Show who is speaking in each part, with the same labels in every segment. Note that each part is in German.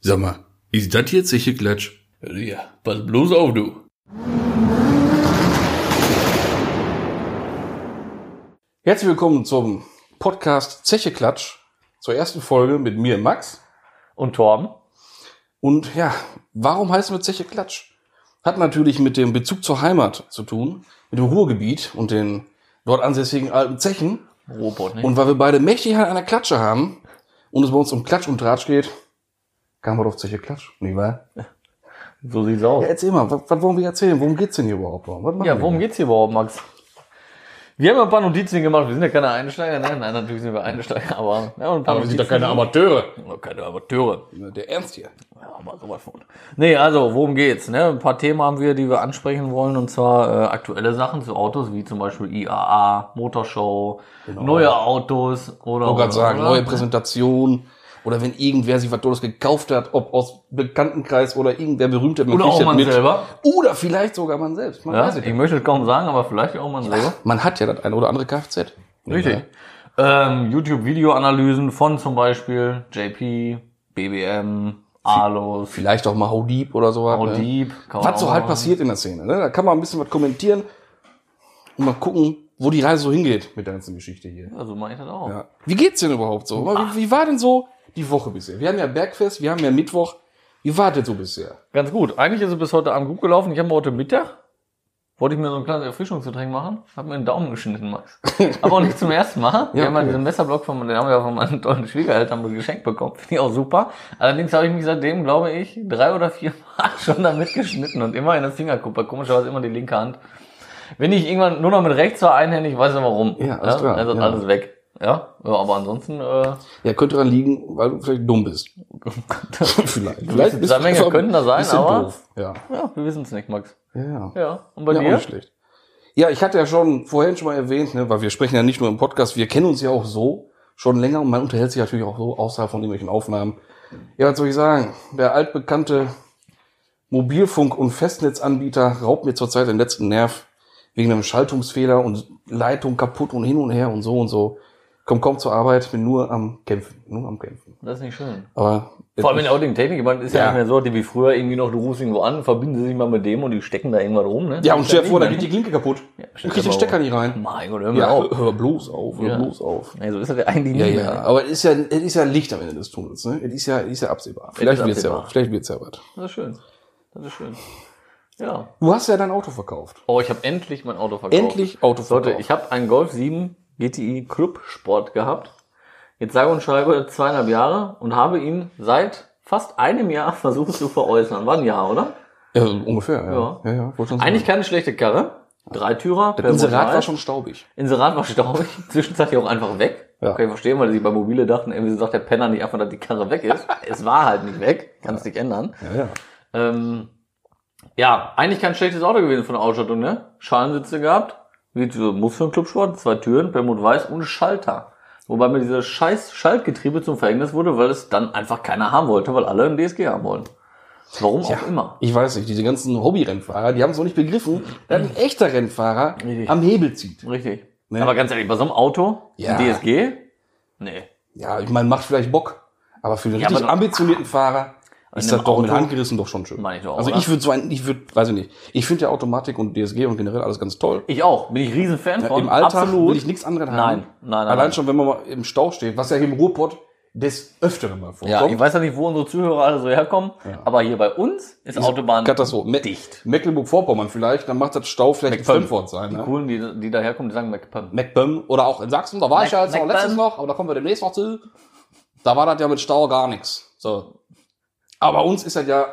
Speaker 1: Sag mal, ist das jetzt sicher Klatsch?
Speaker 2: Ja, pass bloß auf, du.
Speaker 1: Herzlich willkommen zum Podcast Zeche Klatsch, zur ersten Folge mit mir, Max.
Speaker 2: Und Torben?
Speaker 1: Und ja, warum heißen wir Zeche Klatsch? Hat natürlich mit dem Bezug zur Heimat zu tun, mit dem Ruhrgebiet und den dort ansässigen alten Zechen.
Speaker 2: Robot, ne?
Speaker 1: Und weil wir beide mächtig an einer Klatsche haben und es bei uns um Klatsch und Tratsch geht, kamen wir doch Zeche Klatsch, nicht wahr?
Speaker 2: so sieht's aus.
Speaker 1: Ja, erzähl mal, was, was wollen wir erzählen? Worum geht's denn hier überhaupt? Was machen
Speaker 2: Ja,
Speaker 1: wir
Speaker 2: worum geht's hier überhaupt, Max? Wir haben ja ein paar Notizen gemacht. Wir sind ja keine Einsteiger. Nein, nein, natürlich sind wir Einsteiger, aber... Ja, und ein paar Notizen gemacht.
Speaker 1: Amateure.
Speaker 2: Wir sind doch keine Amateure.
Speaker 1: Der Ernst hier.
Speaker 2: Ja, mal sowas von. Nee, also, worum geht's? Ne? Ein paar Themen haben wir, die wir ansprechen wollen, und zwar äh, aktuelle Sachen zu Autos, wie zum Beispiel IAA, Motorshow, neue Autos
Speaker 1: Ich wollte
Speaker 2: oder.
Speaker 1: gerade
Speaker 2: oder,
Speaker 1: sagen,
Speaker 2: oder.
Speaker 1: neue Präsentation oder wenn irgendwer sich was Tolles gekauft hat, ob aus Bekanntenkreis oder irgendwer berühmter man
Speaker 2: Oder
Speaker 1: kriegt
Speaker 2: auch
Speaker 1: das
Speaker 2: man selber.
Speaker 1: Oder vielleicht sogar man selbst. Man,
Speaker 2: Ja,
Speaker 1: weiß es
Speaker 2: ich
Speaker 1: nicht.
Speaker 2: möchte es kaum sagen, aber vielleicht auch mal selber.
Speaker 1: man hat ja das eine oder andere Kfz.
Speaker 2: Richtig. Ähm, YouTube-Videoanalysen von zum Beispiel JP, BBM, Alos,
Speaker 1: Vielleicht auch mal Haudib oder sowas. Ne?
Speaker 2: Audieb. kann man
Speaker 1: Was
Speaker 2: auch
Speaker 1: so
Speaker 2: mal
Speaker 1: halt
Speaker 2: machen.
Speaker 1: passiert in der Szene. Ne? Da kann man ein bisschen was kommentieren und mal gucken, wo die Reise so hingeht mit der ganzen Geschichte hier.
Speaker 2: Ja, so mache ich das auch.
Speaker 1: Ja. Wie geht's denn überhaupt so? Wie, wie war denn so die Woche bisher? Wir haben ja Bergfest, wir haben ja Mittwoch. Wie war denn so bisher?
Speaker 2: Ganz gut. Eigentlich ist es bis heute Abend gut gelaufen. Ich habe mir heute Mittag, wollte ich mir so ein kleines Erfrischungsgetränk machen, habe mir den Daumen geschnitten, Max. Aber auch nicht zum ersten Mal. Wir
Speaker 1: Ja,
Speaker 2: haben ja
Speaker 1: cool.
Speaker 2: diesen Messerblock von, den haben wir von meinen tollen Schwiegereltern geschenkt bekommen. Finde ich auch super. Allerdings habe ich mich seitdem, glaube ich, drei oder vier Mal schon damit geschnitten und immer in der Fingerkuppe. Komischerweise immer die linke Hand. Wenn ich irgendwann nur noch mit rechts war, einhändig, weiß ich warum.
Speaker 1: Ja, alles klar.
Speaker 2: Also
Speaker 1: Ja.
Speaker 2: alles weg. Ja, ja, aber ansonsten, äh,
Speaker 1: Ja, könnte daran liegen, weil du vielleicht dumm bist. vielleicht.
Speaker 2: Gewisse Zusammenhänge
Speaker 1: einfach
Speaker 2: könnten da sein,
Speaker 1: bisschen
Speaker 2: aber-
Speaker 1: Doof. Ja.
Speaker 2: ja, wir wissen es nicht, Max.
Speaker 1: Ja, ja.
Speaker 2: Ja, und bei
Speaker 1: ja, auch
Speaker 2: dir?
Speaker 1: nicht schlecht. Ja, ich hatte ja schon vorhin schon mal erwähnt, ne, weil wir sprechen ja nicht nur im Podcast, wir kennen uns ja auch so schon länger und man unterhält sich natürlich auch so außerhalb von irgendwelchen Aufnahmen. Ja, was soll ich sagen? Der altbekannte Mobilfunk- und Festnetzanbieter raubt mir zurzeit den letzten Nerv wegen einem Schaltungsfehler und Leitung kaputt und hin und her und so und so. Komm kaum zur Arbeit, bin nur am Kämpfen, nur am Kämpfen.
Speaker 2: Das ist nicht schön.
Speaker 1: Aber
Speaker 2: Vor allem in der heutigen Technik, man ist ja,
Speaker 1: Ja.
Speaker 2: nicht mehr so die wie früher irgendwie noch, du rufst irgendwo an, verbinden sie sich mal mit dem und die stecken da irgendwas rum, ne?
Speaker 1: Ja, und stell dir vor, da
Speaker 2: dann
Speaker 1: geht die Klinke kaputt.
Speaker 2: Ja,
Speaker 1: du kriegst den Stecker nicht rein.
Speaker 2: Mein Gott, hör mir auf.
Speaker 1: hör bloß auf, hör
Speaker 2: Ja.
Speaker 1: bloß auf.
Speaker 2: Nee, so ist das ja eigentlich
Speaker 1: Ja,
Speaker 2: nicht
Speaker 1: ja,
Speaker 2: mehr.
Speaker 1: aber es ist ja, es ist ja Licht am Ende des Tunnels, ne? Es ist ja, es ist ja absehbar. Vielleicht
Speaker 2: ist
Speaker 1: wird's ja,
Speaker 2: absehbar.
Speaker 1: vielleicht wird's ja was.
Speaker 2: Das ist schön. Das ist schön. Ja.
Speaker 1: Du hast ja dein Auto verkauft.
Speaker 2: Oh, ich habe endlich mein Auto verkauft.
Speaker 1: Endlich Auto verkauft.
Speaker 2: Leute, ich habe einen Golf 7 GTI Club Sport gehabt. Jetzt sage und schreibe zweieinhalb Jahre und habe ihn seit fast einem Jahr versucht zu veräußern. War ein Jahr, oder?
Speaker 1: ja, so ungefähr, ja.
Speaker 2: Ja.
Speaker 1: Ja, ja, wollte schon sagen.
Speaker 2: Eigentlich keine schlechte Karre. Dreitürer.
Speaker 1: das Inserat
Speaker 2: Personal.
Speaker 1: war schon staubig.
Speaker 2: Inserat war staubig, zwischenzeitlich auch einfach weg.
Speaker 1: Ja.
Speaker 2: Kann ich verstehen, weil sie bei Mobile dachten, ey, wieso sagt der Penner nicht einfach, dass die Karre weg ist? es war halt nicht weg, kannst nicht ändern.
Speaker 1: Ja, ja.
Speaker 2: Ähm, ja, eigentlich kein schlechtes Auto gewesen von der Ausstattung, ne? Schalensitze gehabt, wie so, muss für einen Clubsport, zwei Türen, Permut Weiß und Schalter. Wobei mir dieses scheiß Schaltgetriebe zum Verhängnis wurde, weil es dann einfach keiner haben wollte, weil alle ein DSG haben wollen. Warum auch immer.
Speaker 1: Ich weiß nicht, diese ganzen Hobby-Rennfahrer, die haben es noch nicht begriffen, dass ein echter Rennfahrer
Speaker 2: Richtig.
Speaker 1: am Hebel zieht.
Speaker 2: Richtig.
Speaker 1: Ne?
Speaker 2: Aber ganz ehrlich, bei so einem Auto,
Speaker 1: Ja.
Speaker 2: ein DSG, nee.
Speaker 1: Ja, ich meine, macht vielleicht Bock. Aber für einen
Speaker 2: Ja,
Speaker 1: richtig
Speaker 2: aber-
Speaker 1: ambitionierten Fahrer ist
Speaker 2: einem
Speaker 1: das doch mit
Speaker 2: Auto-
Speaker 1: Handgerissen doch schon schön.
Speaker 2: Meine ich doch auch,
Speaker 1: also
Speaker 2: oder?
Speaker 1: ich würde so ein, ich würde, weiß ich nicht, ich finde ja Automatik und DSG und generell alles ganz toll.
Speaker 2: Ich auch, bin ich riesen Fan von.
Speaker 1: Im Alltag
Speaker 2: Absolut.
Speaker 1: will ich nichts anderes haben.
Speaker 2: Nein, nein, nein,
Speaker 1: Allein
Speaker 2: nein.
Speaker 1: schon, wenn man mal im Stau steht, was ja hier im Ruhrpott des Öfteren mal vorkommt.
Speaker 2: Ja, ich weiß ja nicht, wo unsere Zuhörer alle so herkommen, aber hier bei uns ist Autobahn
Speaker 1: Katastrophe. Me
Speaker 2: dicht.
Speaker 1: Mecklenburg-Vorpommern vielleicht, dann macht das Stau vielleicht in
Speaker 2: MacPom.
Speaker 1: Fremdwort sein.
Speaker 2: Die
Speaker 1: Ne?
Speaker 2: coolen, die, die da herkommen, die sagen MacPom.
Speaker 1: MacPom oder auch in Sachsen, da war ich ja jetzt noch
Speaker 2: Mecklen.
Speaker 1: letztens noch, aber da kommen wir demnächst noch zu. Da war das ja mit Stau gar nichts. So. Aber bei uns ist das ja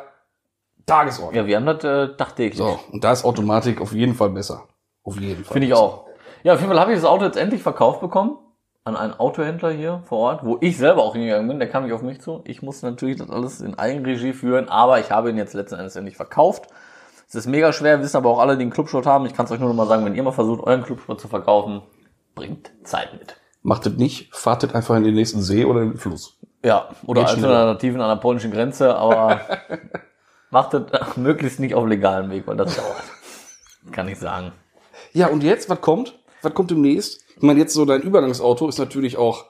Speaker 1: Tagesordnung.
Speaker 2: Ja, wir haben das äh, tagtäglich.
Speaker 1: So, und da ist Automatik auf jeden Fall besser. Auf jeden Fall.
Speaker 2: Finde ich auch. Ja, auf jeden Fall habe ich das Auto jetzt endlich verkauft bekommen an einen Autohändler hier vor Ort, wo ich selber auch hingegangen bin, der kam nicht auf mich zu. Ich musste natürlich das alles in Eigenregie führen, aber ich habe ihn jetzt letzten Endes endlich verkauft. Es ist mega schwer, wissen aber auch alle, die einen Clubshot haben. Ich kann es euch nur noch mal sagen, wenn ihr mal versucht, euren Clubshot zu verkaufen, bringt Zeit mit.
Speaker 1: Macht das nicht, fahrtet einfach in den nächsten See oder in den Fluss.
Speaker 2: Ja, oder
Speaker 1: Geht schneller.
Speaker 2: Alternativen an der polnischen Grenze, aber macht das möglichst nicht auf legalem Weg, weil das dauert. Kann ich sagen.
Speaker 1: Ja, und jetzt, was kommt? Was kommt demnächst? Ich meine, jetzt so dein Übergangsauto ist natürlich auch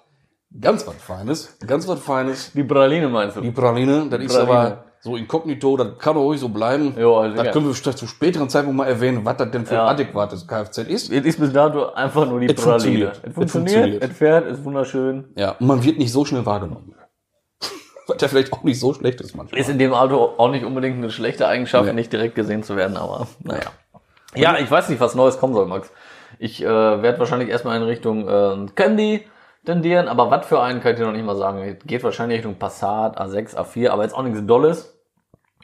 Speaker 1: Ganz was Feines. Ganz was Feines.
Speaker 2: Die Praline meinst du?
Speaker 1: Die Praline, das ist
Speaker 2: Praline.
Speaker 1: aber so inkognito, das kann doch ruhig so bleiben.
Speaker 2: Jo, also
Speaker 1: das
Speaker 2: ja.
Speaker 1: können wir vielleicht zu späteren Zeitpunkt mal erwähnen, was das denn für
Speaker 2: Ja.
Speaker 1: ein adäquates Kfz ist.
Speaker 2: Es ist bis dato einfach nur die
Speaker 1: Es
Speaker 2: Praline.
Speaker 1: funktioniert.
Speaker 2: Es
Speaker 1: Es
Speaker 2: funktioniert,
Speaker 1: funktioniert.
Speaker 2: es fährt, ist wunderschön.
Speaker 1: Ja, und man wird nicht so schnell wahrgenommen. was ja vielleicht auch nicht so schlecht ist manchmal.
Speaker 2: Ist in dem Auto auch nicht unbedingt eine schlechte Eigenschaft,
Speaker 1: Nee.
Speaker 2: nicht direkt gesehen zu werden, aber naja. Ja, ich weiß nicht, was Neues kommen soll, Max. Ich äh, werde wahrscheinlich erstmal in Richtung äh, Candy tendieren, aber was für einen kann ich dir noch nicht mal sagen. Geht wahrscheinlich Richtung Passat, A6, A4, aber jetzt auch nichts Dolles.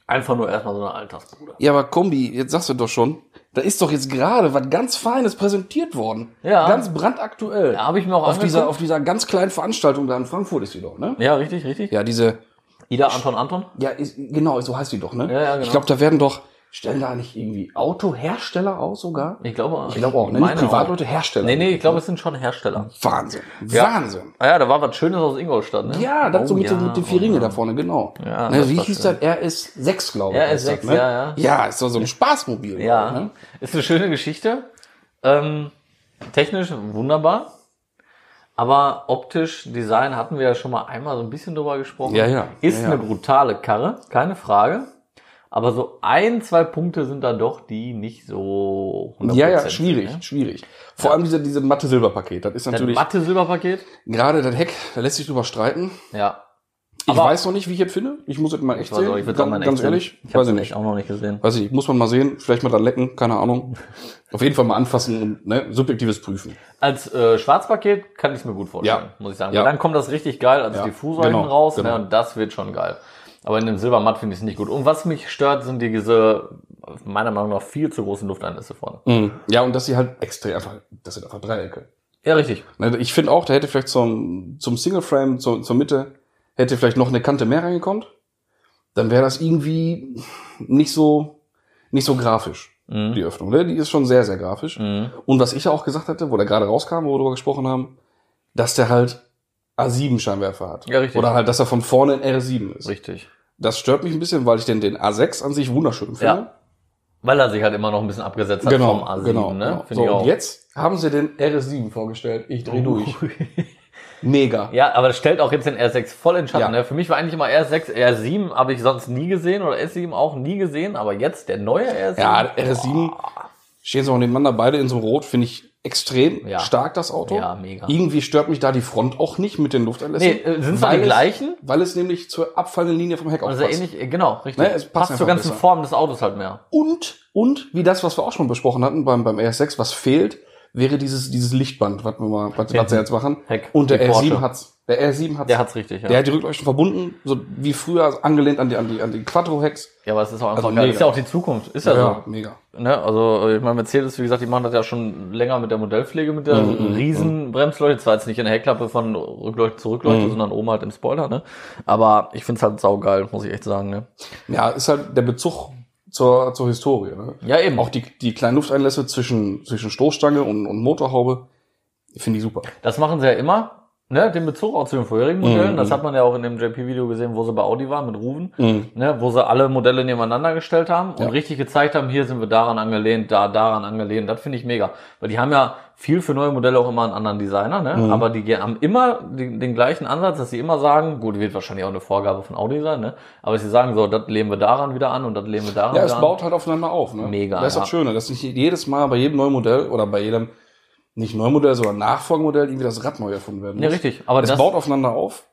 Speaker 2: Einfach nur erstmal so eine Alltagsbruder.
Speaker 1: Ja, aber Kombi, jetzt sagst du doch schon, da ist doch jetzt gerade was ganz Feines präsentiert worden.
Speaker 2: Ja.
Speaker 1: Ganz brandaktuell.
Speaker 2: Da habe ich mir auch
Speaker 1: auf dieser,
Speaker 2: angeguckt.
Speaker 1: auf dieser ganz kleinen Veranstaltung da in Frankfurt ist die doch, ne?
Speaker 2: Ja, richtig, richtig.
Speaker 1: Ja, diese,
Speaker 2: Ida Anton Anton.
Speaker 1: ja, ist, genau, so heißt die doch, ne?
Speaker 2: Ja, ja, genau.
Speaker 1: Ich glaube, da werden doch, stellen da nicht irgendwie Autohersteller aus sogar?
Speaker 2: Ich glaube,
Speaker 1: Ich glaube auch, ne? Nicht
Speaker 2: meine
Speaker 1: Privatleute, Hersteller.
Speaker 2: Nee, nee, ich glaube, es sind schon Hersteller.
Speaker 1: Wahnsinn. Wahnsinn.
Speaker 2: Ah ja, da war was Schönes aus Ingolstadt, ne?
Speaker 1: Ja, das so
Speaker 2: Oh
Speaker 1: mit, den,
Speaker 2: ja,
Speaker 1: mit den vier
Speaker 2: oh
Speaker 1: Ringe
Speaker 2: ja.
Speaker 1: da vorne, genau.
Speaker 2: Ja,
Speaker 1: ne,
Speaker 2: das
Speaker 1: wie
Speaker 2: war
Speaker 1: hieß
Speaker 2: schön.
Speaker 1: das? RS6, glaube ich.
Speaker 2: RS6,
Speaker 1: heißt das, ne?
Speaker 2: ja, ja.
Speaker 1: Ja, ist doch so ein Spaßmobil.
Speaker 2: Ja,
Speaker 1: Ne?
Speaker 2: ist eine schöne Geschichte. Ähm, technisch wunderbar. Aber optisch, Design hatten wir ja schon mal einmal so ein bisschen drüber gesprochen.
Speaker 1: Ja, ja.
Speaker 2: Ist
Speaker 1: Ja, ja.
Speaker 2: eine brutale Karre, keine Frage. Aber so ein, zwei Punkte sind da doch, die nicht so 100%
Speaker 1: Ja, ja,
Speaker 2: sind,
Speaker 1: schwierig,
Speaker 2: ne?
Speaker 1: schwierig. Vor allem diese, diese matte Silberpaket, das ist
Speaker 2: Das
Speaker 1: natürlich,
Speaker 2: matte Silberpaket.
Speaker 1: gerade das Heck, da lässt sich drüber streiten.
Speaker 2: Ja.
Speaker 1: Ich
Speaker 2: Aber-
Speaker 1: weiß noch nicht, wie ich es finde. Ich muss es mal echt
Speaker 2: Ich weiß
Speaker 1: sehen.
Speaker 2: auch, ich würd's auch
Speaker 1: ganz,
Speaker 2: mal nicht
Speaker 1: ganz
Speaker 2: sehen.
Speaker 1: ehrlich,
Speaker 2: Ich
Speaker 1: weiß
Speaker 2: habe
Speaker 1: ich
Speaker 2: es
Speaker 1: nicht.
Speaker 2: auch noch nicht gesehen.
Speaker 1: Weiß ich nicht, muss man mal sehen, vielleicht mal dran lecken, keine Ahnung. Auf jeden Fall mal anfassen und ne, subjektives Prüfen.
Speaker 2: Als äh, Schwarzpaket kann ich es mir gut vorstellen,
Speaker 1: Ja.
Speaker 2: muss ich sagen.
Speaker 1: Ja.
Speaker 2: Weil Dann kommt das richtig geil als
Speaker 1: Ja.
Speaker 2: Diffusor hinten
Speaker 1: Genau,
Speaker 2: raus
Speaker 1: genau.
Speaker 2: Ne, und das wird schon geil. Aber in dem Silbermatt finde ich es nicht gut. Und was mich stört, sind diese meiner Meinung nach viel zu großen Lufteinlässe vorne.
Speaker 1: Mhm. Ja, und dass sie halt extrem einfach, das sind einfach Dreiecke.
Speaker 2: Ja, richtig.
Speaker 1: Ne, Ich finde auch, da hätte vielleicht zum, zum Single Frame, zur, zur Mitte, hätte vielleicht noch eine Kante mehr reingekommen. Dann wäre das irgendwie nicht so, nicht so grafisch, die Öffnung. Ne? Die ist schon sehr, sehr grafisch.
Speaker 2: Mhm.
Speaker 1: Und was ich ja auch gesagt hatte, wo der gerade rauskam, wo wir drüber gesprochen haben, dass der halt A7-Scheinwerfer hat.
Speaker 2: Ja, richtig.
Speaker 1: Oder halt, dass er von vorne ein R7 ist.
Speaker 2: Richtig.
Speaker 1: Das stört mich ein bisschen, weil ich den, den A6 an sich wunderschön finde. Genau,
Speaker 2: Weil er sich halt immer noch ein bisschen abgesetzt hat vom A7, ne? Finde
Speaker 1: So,
Speaker 2: ich auch. Uh.
Speaker 1: und jetzt haben sie den RS7 vorgestellt. Ich dreh durch. Mega.
Speaker 2: Ja, aber das stellt auch jetzt den R6 voll in Schatten.
Speaker 1: Ja.
Speaker 2: Ne? Für mich war eigentlich immer R6, R7 habe ich sonst nie gesehen oder S7 auch nie gesehen, aber jetzt der neue R7.
Speaker 1: Ja, der RS7 stehen sie auch nebeneinander, beide in so Rot, finde ich extrem
Speaker 2: Ja.
Speaker 1: stark, das Auto.
Speaker 2: Ja, mega.
Speaker 1: Irgendwie stört mich da die Front auch nicht mit den Lufteinlässen.
Speaker 2: Nee, äh, sind's dann
Speaker 1: Weil
Speaker 2: die
Speaker 1: es-
Speaker 2: gleichen?
Speaker 1: Weil es nämlich zur abfallenden Linie vom Heck
Speaker 2: Also
Speaker 1: passt.
Speaker 2: ähnlich, äh, genau, richtig.
Speaker 1: Ne, es passt
Speaker 2: passt zur
Speaker 1: einfach
Speaker 2: ganzen
Speaker 1: besser.
Speaker 2: Form des Autos halt mehr.
Speaker 1: Und, und, wie das, was wir auch schon besprochen hatten beim, beim RS6, was fehlt, wäre dieses, dieses Lichtband, was wir mal, was, was sie jetzt machen.
Speaker 2: Heck,
Speaker 1: Und der
Speaker 2: die
Speaker 1: R7
Speaker 2: Porsche.
Speaker 1: hat's. Der R7 hat's.
Speaker 2: Der hat's richtig, ja.
Speaker 1: Der hat die Rückleuchten verbunden, so wie früher, angelehnt an die, an die, an die Quattro-Hex.
Speaker 2: ja, aber es ist auch einfach
Speaker 1: Also
Speaker 2: geil.
Speaker 1: mega.
Speaker 2: Ist ja auch die Zukunft. Ist ja,
Speaker 1: Ja, mega.
Speaker 2: so. Ne? Also, äh, ich meine, Mercedes, wie gesagt, die machen das ja schon länger mit der Modellpflege, mit der
Speaker 1: Mhm,
Speaker 2: riesen Bremsleuchte. Zwar jetzt nicht in der Heckklappe von Rückleuchte zu Rückleuchte,
Speaker 1: Mhm.
Speaker 2: sondern oben halt im Spoiler, ne? Aber ich find's halt saugeil, muss ich echt sagen, ne?
Speaker 1: Ja, ist halt der Bezug zur, zur Historie. Ne?
Speaker 2: Ja, eben.
Speaker 1: Auch die, die kleinen Lufteinlässe zwischen, zwischen Stoßstange und, und Motorhaube, finde ich super.
Speaker 2: Das machen sie ja immer, ne? Den Bezug auch zu den vorherigen Modellen.
Speaker 1: Mhm.
Speaker 2: Das hat man ja auch in dem JP-Video gesehen, wo sie bei Audi waren mit Ruven. ne, wo sie alle Modelle nebeneinander gestellt haben und
Speaker 1: Ja.
Speaker 2: richtig gezeigt haben, hier sind wir daran angelehnt, da daran angelehnt. Das finde ich mega. Weil die haben ja viel für neue Modelle auch immer einen anderen Designer, ne?
Speaker 1: Mhm.
Speaker 2: aber die ge- haben immer den, den gleichen Ansatz, dass sie immer sagen, gut, wird wahrscheinlich auch eine Vorgabe von Audi sein, ne? aber dass sie sagen, so, das lehnen wir daran wieder an und das lehnen wir daran
Speaker 1: Ja, es
Speaker 2: wieder
Speaker 1: baut halt aufeinander auf. Ne?
Speaker 2: Mega,
Speaker 1: Das ist
Speaker 2: ja.
Speaker 1: das Schöne, dass nicht jedes Mal bei jedem neuen Modell oder bei jedem, nicht neuen Modell, sondern Nachfolgemodell irgendwie das Rad neu erfunden werden
Speaker 2: an.
Speaker 1: muss.
Speaker 2: Ja, richtig. Aber
Speaker 1: Es
Speaker 2: das
Speaker 1: baut aufeinander auf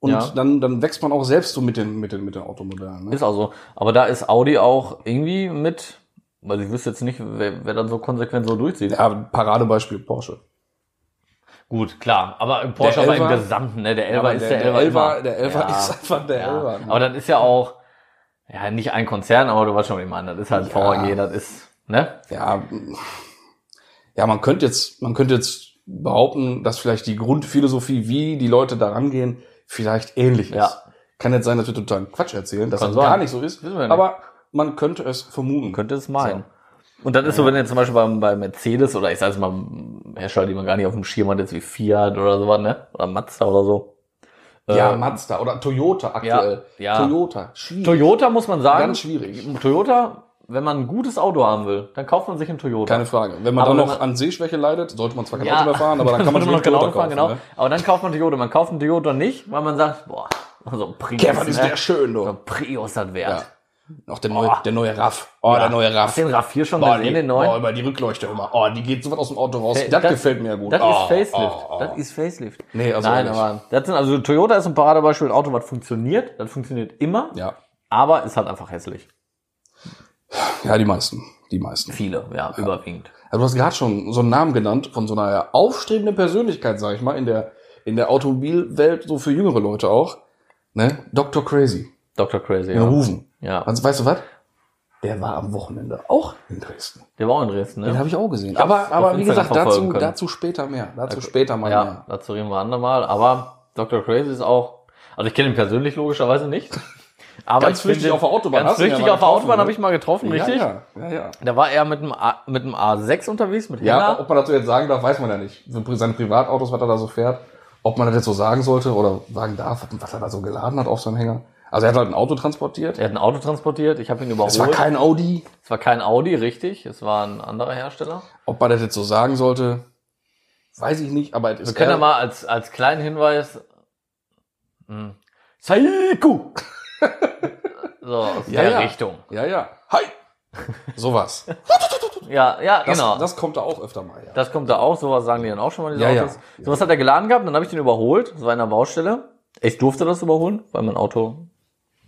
Speaker 1: und
Speaker 2: Ja.
Speaker 1: dann, dann wächst man auch selbst so mit den, mit den, mit den Automodellen. Ne?
Speaker 2: ist auch so. Aber da ist Audi auch irgendwie mit, weil ich wüsste jetzt nicht, wer, wer dann so konsequent so durchzieht.
Speaker 1: Ja, Paradebeispiel Porsche.
Speaker 2: Gut, klar. Aber Porsche
Speaker 1: Der
Speaker 2: aber im
Speaker 1: Elfer-
Speaker 2: Gesamten, ne? Der
Speaker 1: Aber
Speaker 2: Elfer ist der, Elfer.
Speaker 1: Elfer,
Speaker 2: immer.
Speaker 1: der Elfer
Speaker 2: Ja.
Speaker 1: ist einfach der
Speaker 2: Ja,
Speaker 1: Elfer. ne?
Speaker 2: aber das ist ja auch, ja, nicht ein Konzern, aber du weißt schon, was ich meine. Das ist halt VAG, das ist, ne?
Speaker 1: ja, mh. ja, man könnte jetzt, man könnte jetzt behaupten, dass vielleicht die Grundphilosophie, wie die Leute da rangehen, vielleicht ähnlich ist.
Speaker 2: Ja.
Speaker 1: Kann jetzt sein, dass wir totalen Quatsch erzählen, dass
Speaker 2: Kann
Speaker 1: das
Speaker 2: sein.
Speaker 1: gar nicht so ist,
Speaker 2: Wissen wir nicht.
Speaker 1: aber man könnte es vermuten.
Speaker 2: Könnte es meinen. Und dann ist so, wenn jetzt zum Beispiel bei, bei Mercedes oder ich sag jetzt mal Hersteller, die man gar nicht auf dem Schirm hat, jetzt wie Fiat oder sowas, ne? Oder Mazda oder so.
Speaker 1: Ja,
Speaker 2: Äh,
Speaker 1: Mazda oder Toyota aktuell.
Speaker 2: ja.
Speaker 1: Toyota, schwierig.
Speaker 2: Toyota muss man sagen.
Speaker 1: Ganz schwierig.
Speaker 2: Toyota wenn man ein gutes Auto haben will, dann kauft man sich einen Toyota.
Speaker 1: Keine Frage. Wenn man
Speaker 2: Aber
Speaker 1: dann
Speaker 2: wenn
Speaker 1: noch
Speaker 2: man-
Speaker 1: an Sehschwäche leidet, sollte man zwar kein Auto mehr fahren, aber dann kann man
Speaker 2: sollte
Speaker 1: schon
Speaker 2: noch Auto fahren,
Speaker 1: ne?
Speaker 2: genau. Aber dann kauft man Toyota. Man kauft einen Toyota nicht, weil man sagt, boah, so ein Prius.
Speaker 1: Kevin ist
Speaker 2: ne?
Speaker 1: der schön,
Speaker 2: So
Speaker 1: du.
Speaker 2: ein Prius hat
Speaker 1: Ja.
Speaker 2: wert.
Speaker 1: Noch der neue, der neue Raff. Oh, der neue Raff.
Speaker 2: Hast du den RAV4 schon
Speaker 1: Boah, Oh, die,
Speaker 2: gesehen, den neuen?
Speaker 1: boah, über die Rückleuchte immer. Oh, die geht sofort aus dem Auto raus.
Speaker 2: Hey,
Speaker 1: das,
Speaker 2: Äh, das-
Speaker 1: gefällt mir ja gut.
Speaker 2: Das
Speaker 1: oh,
Speaker 2: ist Facelift.
Speaker 1: Oh, oh.
Speaker 2: Das ist Facelift.
Speaker 1: Nee, also
Speaker 2: Nein,
Speaker 1: ehrlich.
Speaker 2: aber das sind, also Toyota ist ein Paradebeispiel, ein Auto, was funktioniert. Das funktioniert immer,
Speaker 1: ah. ja.
Speaker 2: aber ist halt einfach hässlich.
Speaker 1: ja, die meisten. Die meisten.
Speaker 2: Viele, ja, überwiegend.
Speaker 1: Also du hast gerade schon so einen Namen genannt von so einer aufstrebenden Persönlichkeit, sag ich mal, in der, in der Automobilwelt, so für jüngere Leute auch. Ne? Dr. Crazy.
Speaker 2: Dr. Crazy,
Speaker 1: In Rufen.
Speaker 2: ja.
Speaker 1: Also, weißt du was? Der war am Wochenende auch in Dresden.
Speaker 2: Der war auch in Dresden, ne?
Speaker 1: Den habe ich auch gesehen.
Speaker 2: hab's
Speaker 1: Aber,
Speaker 2: auf
Speaker 1: aber wie
Speaker 2: Instagram
Speaker 1: gesagt, dazu,
Speaker 2: verfolgen können. Also,
Speaker 1: dazu später mehr. Dazu später mal
Speaker 2: Ja,
Speaker 1: mehr.
Speaker 2: dazu reden wir andermal. Aber Dr. Crazy ist auch, also ich kenne ihn persönlich logischerweise nicht. Aber
Speaker 1: Ganz
Speaker 2: ich finde
Speaker 1: flüchtig
Speaker 2: den-
Speaker 1: auf der Autobahn
Speaker 2: Ganz
Speaker 1: hast du ihn ja
Speaker 2: flüchtig
Speaker 1: mal
Speaker 2: auf der
Speaker 1: getroffen,
Speaker 2: Autobahn
Speaker 1: ne?
Speaker 2: habe ich mal getroffen, richtig?
Speaker 1: Ja, ja, ja. ja.
Speaker 2: Da war er mit einem, A, mit einem A6 unterwegs, mit
Speaker 1: Ja,
Speaker 2: Henna.
Speaker 1: ob man dazu jetzt sagen darf, weiß man ja nicht. So pri- Seine Privatautos, was er da so fährt, ob man das jetzt so sagen sollte oder sagen darf, was er da so geladen hat auf seinem Hänger. Also er hat halt ein Auto transportiert.
Speaker 2: Er hat ein Auto transportiert, ich habe ihn überholt.
Speaker 1: Es war kein Audi.
Speaker 2: es war kein Audi, richtig. Es war ein anderer Hersteller.
Speaker 1: Ob man das jetzt so sagen sollte, weiß ich nicht, aber es ist
Speaker 2: Wir können ja
Speaker 1: eher-
Speaker 2: mal als, als kleinen Hinweis. Hm. Saiku! so, aus
Speaker 1: Ja,
Speaker 2: der
Speaker 1: ja.
Speaker 2: Richtung.
Speaker 1: Ja, ja. Hi! Sowas.
Speaker 2: Ja, ja,
Speaker 1: Das,
Speaker 2: genau.
Speaker 1: das kommt da auch öfter mal, ja.
Speaker 2: Das kommt da auch, sowas sagen die dann auch schon mal, diese
Speaker 1: Ja, ja.
Speaker 2: Autos. Sowas hat er geladen gehabt, dann habe ich den überholt, das war in der Baustelle. Ich durfte das überholen, weil mein Auto,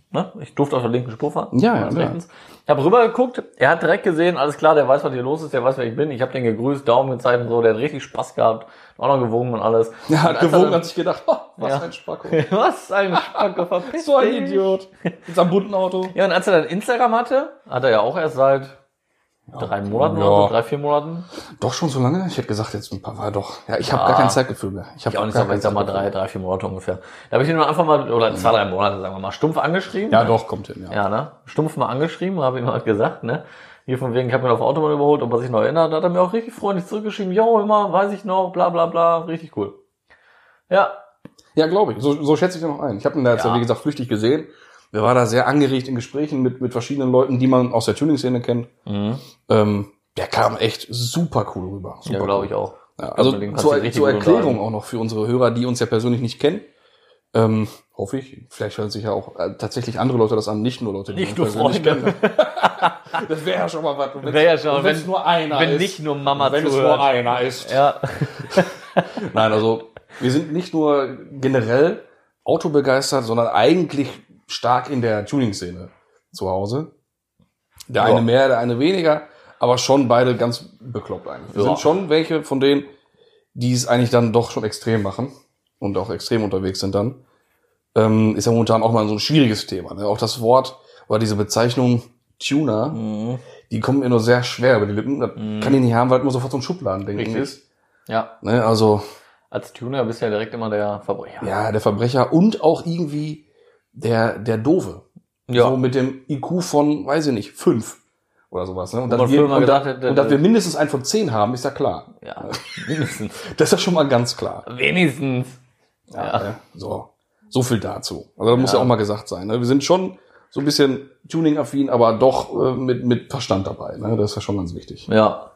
Speaker 2: ne, ich durfte auf der linken Spur fahren.
Speaker 1: Ja, ja,
Speaker 2: Meines
Speaker 1: ja.
Speaker 2: rechtens. Ich habe rüber geguckt, er hat direkt gesehen, alles klar, der weiß, was hier los ist, der weiß, wer ich bin. Ich habe den gegrüßt, Daumen gezeigt und so, der hat richtig Spaß gehabt, auch noch gewogen und alles.
Speaker 1: Er
Speaker 2: Und
Speaker 1: hat
Speaker 2: als er
Speaker 1: gewogen,
Speaker 2: dann-
Speaker 1: hat sich gedacht, oh, was
Speaker 2: Ja.
Speaker 1: ein Spacko.
Speaker 2: Was ein Spacko, verpiss
Speaker 1: So ein
Speaker 2: dich.
Speaker 1: Idiot. Mit seinem bunten Auto.
Speaker 2: Ja, und als er dann Instagram hatte, hat er ja auch erst seit drei Monaten
Speaker 1: Ja.
Speaker 2: oder so, drei, vier Monaten.
Speaker 1: Doch schon so lange? Ich hätte gesagt, jetzt ein paar war doch. Ja, ich habe
Speaker 2: Ja.
Speaker 1: gar kein Zeitgefühl mehr. Ich habe
Speaker 2: Ja, auch nicht, aber ich sag mal drei, drei, vier Monate ungefähr. Da habe ich ihn nur einfach mal, oder zwei, drei Monate, sagen wir mal, stumpf angeschrieben.
Speaker 1: Mhm. Ja, doch, kommt hin, ja.
Speaker 2: Ja, ne? Stumpf mal angeschrieben, habe ihm halt gesagt, ne? Hier von wegen, ich habe ihn auf der Autobahn überholt, ob er sich noch erinnert. Da hat er mir auch richtig freundlich zurückgeschrieben, yo, immer, weiß ich noch, bla, bla, bla, richtig cool. Ja,
Speaker 1: Ja, glaube ich. So, so schätze ich ihn auch ein. Ich habe ihn da jetzt,
Speaker 2: Ja.
Speaker 1: wie gesagt, flüchtig gesehen. Wir waren da sehr angeregt in Gesprächen mit, mit verschiedenen Leuten, die man aus der Tuning-Szene kennt. Ähm, der kam echt super cool rüber. Super
Speaker 2: ja, glaube ich auch.
Speaker 1: cool. Ja, also
Speaker 2: Mit dem kannst du dich
Speaker 1: zur,
Speaker 2: richtig
Speaker 1: zur
Speaker 2: gut
Speaker 1: Erklärung
Speaker 2: unterhalten.
Speaker 1: auch noch für unsere Hörer, die uns ja persönlich nicht kennen. Ähm, hoffe ich. Vielleicht hören sich ja auch äh, tatsächlich andere Leute das an, nicht nur Leute, die
Speaker 2: Nicht
Speaker 1: uns
Speaker 2: nur
Speaker 1: persönlich
Speaker 2: Freunde.
Speaker 1: kennen. das wäre ja schon mal was. Und wenn's-
Speaker 2: Wär ja schon mal,
Speaker 1: und wenn's
Speaker 2: wenn-
Speaker 1: nur einer
Speaker 2: Wenn
Speaker 1: ist.
Speaker 2: nicht nur Mama
Speaker 1: wenn es nur
Speaker 2: zuhört.
Speaker 1: einer ist.
Speaker 2: Ja,
Speaker 1: Nein, also wir sind nicht nur generell autobegeistert, sondern eigentlich stark in der Tuning-Szene zu Hause. Der
Speaker 2: Ja.
Speaker 1: eine mehr, der eine weniger, aber schon beide ganz bekloppt eigentlich. Wir
Speaker 2: Ja.
Speaker 1: sind schon welche von denen, die es eigentlich dann doch schon extrem machen und auch extrem unterwegs sind dann. Ähm, ist ja momentan auch mal so ein schwieriges Thema. Ne? Auch das Wort oder diese Bezeichnung Tuner,
Speaker 2: Mhm.
Speaker 1: die kommen mir nur sehr schwer über die Lippen. Das kann ich nicht haben, weil immer sofort so ein Schubladendenken
Speaker 2: Richtig.
Speaker 1: ist.
Speaker 2: ja.
Speaker 1: Ne? Also
Speaker 2: Als Tuner bist du ja direkt immer der Verbrecher.
Speaker 1: ja, der Verbrecher und auch irgendwie der, der Doofe.
Speaker 2: Ja.
Speaker 1: So mit dem IQ von, weiß ich nicht, fünf oder sowas. Ne? Und,
Speaker 2: man
Speaker 1: dass wir,
Speaker 2: früher mal
Speaker 1: und, da,
Speaker 2: gesagt hätte, äh,
Speaker 1: und dass
Speaker 2: das-
Speaker 1: wir mindestens einen von zehn haben, ist ja klar.
Speaker 2: ja. Wenigstens.
Speaker 1: Das ist ja schon mal ganz klar.
Speaker 2: Wenigstens.
Speaker 1: Ja.
Speaker 2: Ja.
Speaker 1: Ne? So. so viel dazu. Also da muss ja
Speaker 2: Ja.
Speaker 1: auch mal gesagt sein. Ne? Wir sind schon so ein bisschen Tuning-affin, aber doch äh, mit, mit Verstand dabei. Ne? Das ist ja schon ganz wichtig.
Speaker 2: Ja.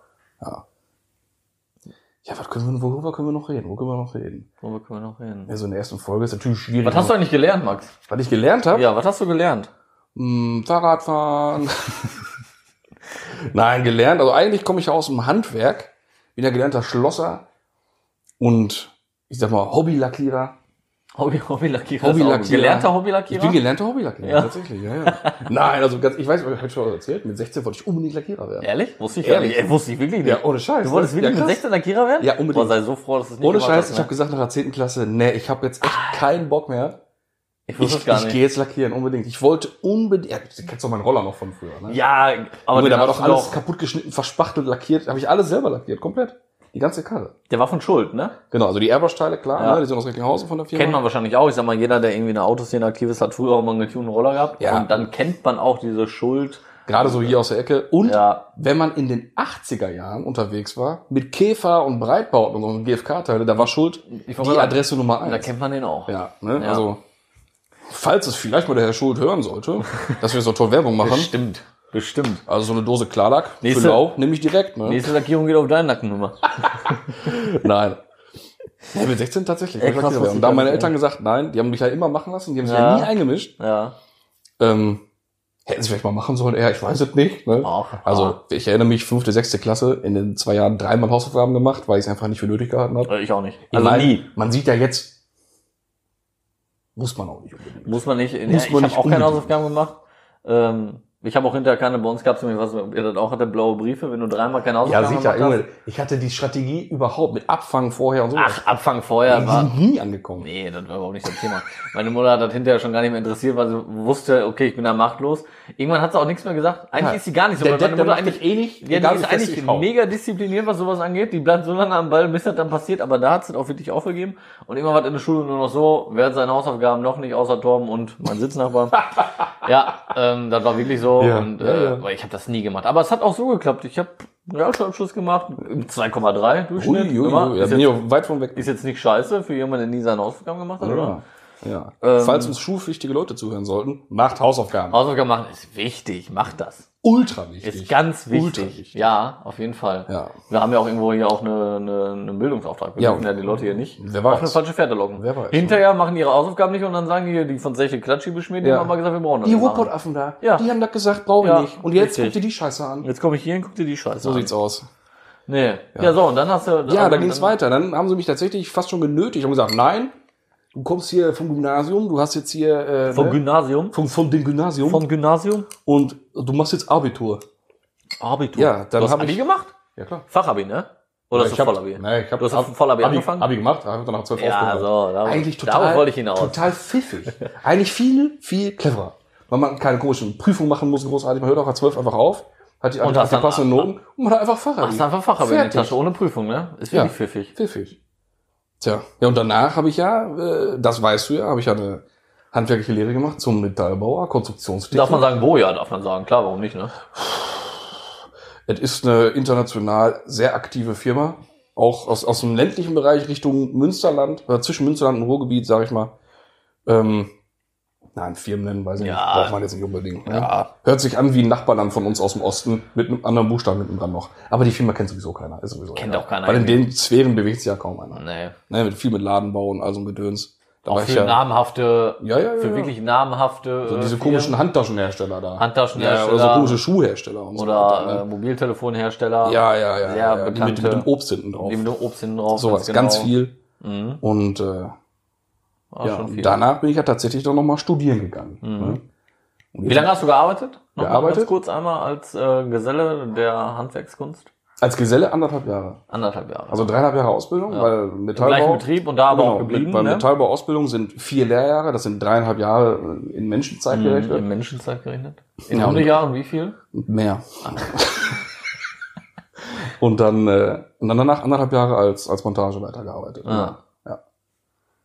Speaker 1: Ja, was können wir, worüber können wir noch reden? Wo können wir noch reden?
Speaker 2: Worüber können wir noch reden?
Speaker 1: Ja, so in der ersten Folge ist natürlich schwierig.
Speaker 2: Was hast du eigentlich gelernt, Max?
Speaker 1: Oh was ich gelernt habe?
Speaker 2: Ja, was hast du gelernt?
Speaker 1: Hm, Fahrradfahren. Nein, gelernt. Also eigentlich komme ich ja aus dem Handwerk, bin ja gelernter Schlosser und ich sag mal Hobbylackierer.
Speaker 2: Hobby,
Speaker 1: Hobbylackierer.
Speaker 2: Hobbylackierer. Hobbylackierer. Gelernter
Speaker 1: Ich
Speaker 2: Hobbylackierer?
Speaker 1: bin gelernter Hobbylackierer,
Speaker 2: Ja.
Speaker 1: tatsächlich. Ja, ja. Nein, also ganz, ich weiß, ich habe schon erzählt, mit 16 wollte ich unbedingt Lackierer werden.
Speaker 2: Ehrlich? Wusste ich
Speaker 1: Ehrlich?
Speaker 2: ehrlich? Ey, wusste ich wirklich nicht. oh,
Speaker 1: Ja, ohne Scheiß.
Speaker 2: du wolltest
Speaker 1: ne?
Speaker 2: wirklich
Speaker 1: ja,
Speaker 2: mit
Speaker 1: krass.
Speaker 2: 16 Lackierer werden?
Speaker 1: Ja, unbedingt.
Speaker 2: Boah, sei so froh, dass du es nicht
Speaker 1: Ohne
Speaker 2: gemacht
Speaker 1: Scheiß,
Speaker 2: hast,
Speaker 1: ich
Speaker 2: ne? Ah.
Speaker 1: habe gesagt nach der 10. Klasse, nee, ich habe jetzt echt keinen Bock mehr.
Speaker 2: Ich
Speaker 1: Ich,
Speaker 2: wusste es gar
Speaker 1: ich
Speaker 2: nicht.
Speaker 1: gehe jetzt lackieren, unbedingt. Ich wollte unbedingt. Ja, du kennst doch meinen Roller noch von früher, ne?
Speaker 2: ja, aber
Speaker 1: Aber
Speaker 2: der,
Speaker 1: da war
Speaker 2: hast
Speaker 1: doch
Speaker 2: du
Speaker 1: alles kaputt geschnitten, verspachtelt, lackiert. Habe ich alles selber lackiert, komplett. Die ganze Karre.
Speaker 2: der war von Schuld, ne?
Speaker 1: Genau, also die Airbrush-Teile, klar,
Speaker 2: Ja.
Speaker 1: ne, die sind aus Recklinghausen von der Firma.
Speaker 2: Kennt man wahrscheinlich auch. Ich sag mal, jeder, der irgendwie in der Autoszene aktiv ist, hat früher auch mal einen getunten Roller gehabt.
Speaker 1: Ja.
Speaker 2: Und dann kennt man auch diese Schuld.
Speaker 1: Gerade so hier aus der Ecke. Und
Speaker 2: Ja.
Speaker 1: wenn man in den 80er Jahren unterwegs war, mit Käfer und Breitbauten und so einem GFK-Teile, da war Schuld die
Speaker 2: Ich wollte sagen,
Speaker 1: Adresse Nummer
Speaker 2: Da
Speaker 1: eins.
Speaker 2: kennt man den auch.
Speaker 1: Ja, ne?
Speaker 2: Ja.
Speaker 1: also falls es vielleicht mal der Herr Schuld hören sollte, dass wir so toll Werbung machen,
Speaker 2: Stimmt. Bestimmt.
Speaker 1: Also so eine Dose Klarlack
Speaker 2: Nächste-
Speaker 1: für Lau nehme ich direkt. Ne?
Speaker 2: Nächste Lackierung geht auf deinen Nacken nochmal.
Speaker 1: Nein. Ja, mit 16 tatsächlich.
Speaker 2: Ey,
Speaker 1: hab ich
Speaker 2: krass,
Speaker 1: gesagt,
Speaker 2: was
Speaker 1: ja.
Speaker 2: die
Speaker 1: und da haben meine
Speaker 2: ganzen-
Speaker 1: Eltern gesagt, nein, die haben mich ja immer machen lassen, die haben sich
Speaker 2: Ja.
Speaker 1: ja nie eingemischt.
Speaker 2: Ja.
Speaker 1: Ähm, hätten sie vielleicht mal machen sollen, eher, ich weiß es nicht. Ne?
Speaker 2: Ach,
Speaker 1: Also ich erinnere mich, fünfte, sechste Klasse, in den zwei Jahren dreimal Hausaufgaben gemacht, weil ich es einfach nicht für nötig gehalten habe.
Speaker 2: ah. ich auch nicht.
Speaker 1: Ich
Speaker 2: Also
Speaker 1: meine,
Speaker 2: nie.
Speaker 1: Man sieht ja jetzt, muss man auch nicht unbedingt.
Speaker 2: Muss man nicht.
Speaker 1: Muss
Speaker 2: ja,
Speaker 1: man nicht
Speaker 2: ich habe auch keine
Speaker 1: unbedingt.
Speaker 2: Hausaufgaben gemacht. Ähm, ich habe auch hinterher keine, bei uns gab es nämlich was, ob ihr das auch hatte, blaue Briefe, wenn du dreimal keine
Speaker 1: Ja,
Speaker 2: Hausaufgaben
Speaker 1: sicher.
Speaker 2: gemacht
Speaker 1: Junge, ich hatte die Strategie überhaupt mit Abfangen vorher und so.
Speaker 2: hast. Ach, Abfang vorher
Speaker 1: die
Speaker 2: war.
Speaker 1: sind nie angekommen.
Speaker 2: Nee, das war überhaupt nicht das Thema. Meine Mutter hat das hinterher schon gar nicht mehr interessiert, weil sie wusste, okay, ich bin da machtlos. Irgendwann hat sie auch nichts mehr gesagt. Eigentlich
Speaker 1: Ja.
Speaker 2: ist sie gar nicht so,
Speaker 1: Der
Speaker 2: weil
Speaker 1: Depp,
Speaker 2: meine
Speaker 1: der
Speaker 2: Mutter
Speaker 1: macht
Speaker 2: eigentlich
Speaker 1: dich eh nicht,
Speaker 2: ja,
Speaker 1: egal
Speaker 2: die ist
Speaker 1: wie fest
Speaker 2: eigentlich
Speaker 1: ich hau.
Speaker 2: mega diszipliniert, was sowas angeht. Die bleibt so lange am Ball, bis das dann passiert, aber da hat sie das auch wirklich aufgegeben. Und immer war das in der Schule nur noch so, wer hat seine Hausaufgaben noch nicht, außer Torben und mein Sitznachbar. ja, ähm, das war wirklich so.
Speaker 1: Ja,
Speaker 2: und
Speaker 1: ja,
Speaker 2: äh,
Speaker 1: ja.
Speaker 2: aber ich habe das nie gemacht. Aber es hat auch so geklappt. Ich habe Realschulabschluss gemacht, 2,3 Durchschnitt.
Speaker 1: Ui, ui,
Speaker 2: immer.
Speaker 1: ui, da
Speaker 2: Ist
Speaker 1: bin
Speaker 2: jetzt-
Speaker 1: ich auch weit von weg.
Speaker 2: ist jetzt nicht scheiße für jemanden, der nie seine Hausaufgaben gemacht hat, oder?
Speaker 1: Ja. Ja.
Speaker 2: Ähm, Ah,
Speaker 1: Falls uns schulpflichtige Leute zuhören sollten, macht Hausaufgaben.
Speaker 2: Hausaufgaben machen ist wichtig, macht das.
Speaker 1: Ultra wichtig.
Speaker 2: Ist ganz
Speaker 1: Ultra
Speaker 2: wichtig.
Speaker 1: wichtig.
Speaker 2: Ja, auf jeden Fall.
Speaker 1: Ja.
Speaker 2: Wir haben ja auch irgendwo hier auch eine, eine, einen Bildungsauftrag. Wir
Speaker 1: Ja.
Speaker 2: dürfen ja die Leute hier nicht
Speaker 1: Wer
Speaker 2: auf eine
Speaker 1: weiß.
Speaker 2: falsche Fährte locken.
Speaker 1: Wer weiß, ne?
Speaker 2: Hinterher machen ihre Hausaufgaben nicht und dann sagen die hier, die von Seche Klatschi beschmieren, die
Speaker 1: Ja.
Speaker 2: haben mal gesagt, wir brauchen das
Speaker 1: Die
Speaker 2: nicht machen.
Speaker 1: Ruhrpottaffen da,
Speaker 2: Ja.
Speaker 1: die haben das gesagt, brauche ich
Speaker 2: Ja,
Speaker 1: nicht. Und jetzt
Speaker 2: richtig.
Speaker 1: guck dir die Scheiße an.
Speaker 2: Jetzt komme ich hier und guck dir die Scheiße
Speaker 1: So
Speaker 2: an.
Speaker 1: sieht's aus.
Speaker 2: Nee. Ja. so, und dann hast du...
Speaker 1: Ja, da
Speaker 2: dann-
Speaker 1: ging es
Speaker 2: dann-
Speaker 1: weiter. Dann haben sie mich tatsächlich fast schon genötigt und gesagt, nein, du kommst hier vom Gymnasium, du hast jetzt hier äh,
Speaker 2: Vom
Speaker 1: ne?
Speaker 2: Gymnasium.
Speaker 1: vom, vom dem Gymnasium
Speaker 2: Vom Gymnasium.
Speaker 1: und du machst jetzt Abitur.
Speaker 2: Abitur.
Speaker 1: Ja, dann
Speaker 2: du hast
Speaker 1: hab
Speaker 2: Abi
Speaker 1: ich-
Speaker 2: gemacht?
Speaker 1: Ja klar.
Speaker 2: Fachabi, ne? Oder hast du Vollabi?
Speaker 1: Nee, ich hab
Speaker 2: Du hast auf dem Vollabi angefangen?
Speaker 1: Abi gemacht, habe danach zwölf
Speaker 2: ja,
Speaker 1: aufgehört.
Speaker 2: so. Da,
Speaker 1: Eigentlich
Speaker 2: Darauf
Speaker 1: total,
Speaker 2: wollte ich hinaus.
Speaker 1: total pfiffig. Eigentlich viel, viel cleverer. Weil man keine komischen Prüfungen machen muss, großartig. Man hört auch nach zwölf einfach auf, hat die,
Speaker 2: Und
Speaker 1: hat
Speaker 2: hast
Speaker 1: die
Speaker 2: dann-
Speaker 1: passenden Noten und man hat einfach Fachabi.
Speaker 2: Hast du einfach Fachabi in der
Speaker 1: Fertig.
Speaker 2: Tasche ohne Prüfung, ne? Ist
Speaker 1: Ja.
Speaker 2: wirklich pfiffig.
Speaker 1: Pfiffig. Tja, ja, und danach habe ich ja, äh, das weißt du ja, habe ich ja eine handwerkliche Lehre gemacht zum Metallbauer, Konstruktionstechnik.
Speaker 2: Darf man sagen, Boja, darf man sagen. Klar, warum nicht, ne?
Speaker 1: Es ist eine international sehr aktive Firma, auch aus, aus dem ländlichen Bereich Richtung Münsterland, oder zwischen Münsterland und Ruhrgebiet, sage ich mal. Ähm, nein, Firmen nennen, weiß ich
Speaker 2: Ja.
Speaker 1: nicht, braucht man jetzt nicht unbedingt. Ne? Hört sich an wie ein Nachbarland von uns aus dem Osten, mit einem anderen Buchstaben hinten dran noch. Aber die Firma kennt sowieso keiner. Ist sowieso
Speaker 2: Kennt auch keiner
Speaker 1: Weil in den Sphären bewegt sich ja kaum einer.
Speaker 2: Nee.
Speaker 1: Ne, mit, viel mit Laden bauen, also Gedöns. Da
Speaker 2: Auch
Speaker 1: war ich
Speaker 2: für namhafte,
Speaker 1: Ja, ja, ja,
Speaker 2: für
Speaker 1: ja.
Speaker 2: wirklich namhafte.
Speaker 1: So
Speaker 2: äh,
Speaker 1: diese
Speaker 2: Firmen
Speaker 1: komischen Handtaschenhersteller da.
Speaker 2: Handtaschenhersteller.
Speaker 1: Ja, oder so komische Schuhhersteller und so.
Speaker 2: Oder äh,
Speaker 1: ne?
Speaker 2: Mobiltelefonhersteller.
Speaker 1: ja, ja, ja.
Speaker 2: sehr
Speaker 1: ja, ja. Die mit,
Speaker 2: bekannte-
Speaker 1: mit dem Obst hinten drauf.
Speaker 2: Die mit dem Obst hinten drauf.
Speaker 1: Sowas, ganz
Speaker 2: genau.
Speaker 1: viel.
Speaker 2: Mhm.
Speaker 1: Und äh,
Speaker 2: Auch
Speaker 1: ja,
Speaker 2: schon viel. Mhm.
Speaker 1: und danach bin ich ja tatsächlich dann nochmal studieren gegangen. Ne? Und
Speaker 2: Wie lange hast du gearbeitet? Noch mal
Speaker 1: Gearbeitet?
Speaker 2: Ganz kurz einmal als äh, Geselle der Handwerkskunst.
Speaker 1: Als Geselle anderthalb Jahre.
Speaker 2: Anderthalb Jahre.
Speaker 1: Also dreieinhalb Jahre Ausbildung, weil
Speaker 2: Im
Speaker 1: Metallbau.
Speaker 2: gleichen Betrieb und da aber
Speaker 1: Genau,
Speaker 2: auch geblieben.
Speaker 1: mit, bei
Speaker 2: ne?
Speaker 1: Metallbau-Ausbildung sind vier Lehrjahre, das sind dreieinhalb Jahre äh, in Menschenzeit
Speaker 2: mhm,
Speaker 1: gerechnet.
Speaker 2: Im Menschenzeit gerechnet. In
Speaker 1: Ja, und-
Speaker 2: 100 Jahren wie viel?
Speaker 1: Mehr. und, dann, äh, und dann danach anderthalb Jahre als, als Montageleiter gearbeitet.
Speaker 2: Ah.
Speaker 1: Ja.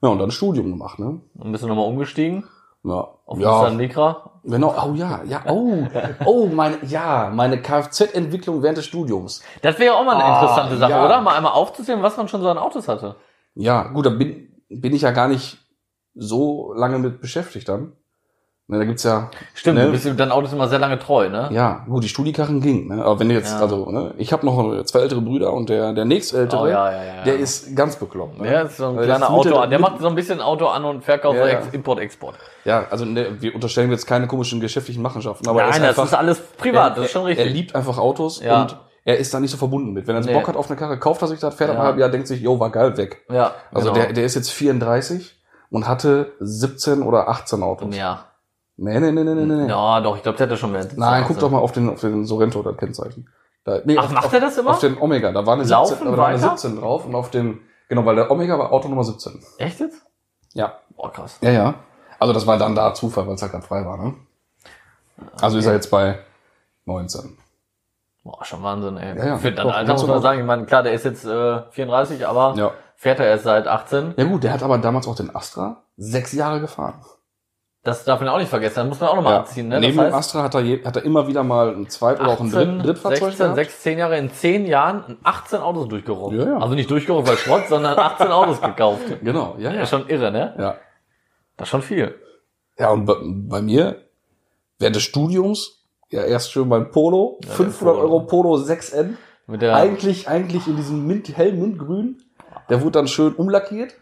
Speaker 1: ja, und dann Studium gemacht, ne?
Speaker 2: Dann bist du nochmal umgestiegen
Speaker 1: Ja.
Speaker 2: auf ja.
Speaker 1: ja,
Speaker 2: Nissan Micra.
Speaker 1: genau. Oh ja, ja, oh. Oh, meine, ja, meine Kfz-Entwicklung während des Studiums.
Speaker 2: Das wäre ja auch mal eine
Speaker 1: Ah,
Speaker 2: interessante Sache,
Speaker 1: ja.
Speaker 2: oder? Mal einmal aufzuzählen, was man schon so an Autos hatte.
Speaker 1: Ja, gut, da bin, bin ich ja gar nicht so lange mit beschäftigt dann. Ne, da gibt's ja,
Speaker 2: Stimmt,
Speaker 1: Ne?
Speaker 2: du bist ja deinen Autos immer sehr lange treu, ne?
Speaker 1: ja, gut, die Studiekarren ging, ne? Aber wenn du jetzt,
Speaker 2: Ja.
Speaker 1: also, ne, ich habe noch äh, zwei ältere Brüder und der, der nächstältere,
Speaker 2: Oh, ja, ja, ja.
Speaker 1: der ist ganz bekloppt. Ne?
Speaker 2: Der ist so ein
Speaker 1: Also das
Speaker 2: kleiner
Speaker 1: ist Mitte-
Speaker 2: Auto, der
Speaker 1: Mitte-
Speaker 2: macht so ein bisschen Auto an und Verkauf,
Speaker 1: Ja,
Speaker 2: so
Speaker 1: ja.
Speaker 2: Ex- Import, Export.
Speaker 1: Ja, also ne, wir unterstellen jetzt keine komischen geschäftlichen Machenschaften, aber er
Speaker 2: Nein,
Speaker 1: ist
Speaker 2: das
Speaker 1: einfach,
Speaker 2: ist alles privat, das ist schon
Speaker 1: er, er
Speaker 2: richtig.
Speaker 1: liebt einfach Autos
Speaker 2: Ja.
Speaker 1: und er ist da nicht so verbunden mit. Wenn er jetzt
Speaker 2: Nee.
Speaker 1: Bock hat auf eine Karre, kauft er sich das, fährt
Speaker 2: Ja.
Speaker 1: ja. ab, ja, denkt sich, yo, war geil, weg.
Speaker 2: Ja,
Speaker 1: Also
Speaker 2: genau.
Speaker 1: der, der ist jetzt 34 und hatte 17 oder 18 Autos.
Speaker 2: Ja.
Speaker 1: Nee, nee, nee, nee, nee, nee.
Speaker 2: ja, doch, ich glaube, der hätte schon mehr.
Speaker 1: Nein, guck doch mal auf den, auf den Sorento, das Kennzeichen. Da, nee,
Speaker 2: Ach,
Speaker 1: auf,
Speaker 2: macht
Speaker 1: auf,
Speaker 2: er das immer?
Speaker 1: Auf den Omega, da war eine,
Speaker 2: Laufen
Speaker 1: 17, da war eine
Speaker 2: weiter?
Speaker 1: 17 drauf und auf dem, genau, weil der Omega war Auto Nummer 17.
Speaker 2: Echt jetzt?
Speaker 1: Ja.
Speaker 2: Boah, krass.
Speaker 1: Ja, ja. Also das war dann da Zufall, weil es halt gerade frei war, ne? Also ist er jetzt bei 19.
Speaker 2: Boah, schon Wahnsinn, ey.
Speaker 1: Ja, ja.
Speaker 2: Für dann
Speaker 1: Doch,
Speaker 2: Alter
Speaker 1: ganz
Speaker 2: muss man
Speaker 1: genau.
Speaker 2: sagen, ich meine, klar, der ist jetzt äh, 34, aber
Speaker 1: Ja.
Speaker 2: fährt er erst seit 18.
Speaker 1: Ja gut, der hat aber damals auch den Astra sechs Jahre gefahren.
Speaker 2: Das darf man auch nicht vergessen, dann muss man auch nochmal abziehen, ne?
Speaker 1: Neben
Speaker 2: das
Speaker 1: dem Astra hat er, je, hat er immer wieder mal ein Zweit- oder auch ein
Speaker 2: 18,
Speaker 1: Dritt, Drittfahrzeug
Speaker 2: 16,
Speaker 1: gehabt.
Speaker 2: 6, 10 Jahre, in 10 Jahren 18 Autos durchgerockt.
Speaker 1: Ja, ja.
Speaker 2: Also nicht durchgerockt weil Schrott, sondern 18 Autos gekauft.
Speaker 1: Genau, ja,
Speaker 2: Ja,
Speaker 1: ja.
Speaker 2: schon irre, ne?
Speaker 1: Ja,
Speaker 2: Das ist schon viel.
Speaker 1: ja und bei, bei mir, während des Studiums Ja, erst schön mein Polo.
Speaker 2: Ja,
Speaker 1: 500
Speaker 2: Polo.
Speaker 1: Euro Polo 6N.
Speaker 2: Mit der,
Speaker 1: Eigentlich, eigentlich in diesem mint, hellen Mintgrün. Der wurde dann schön umlackiert.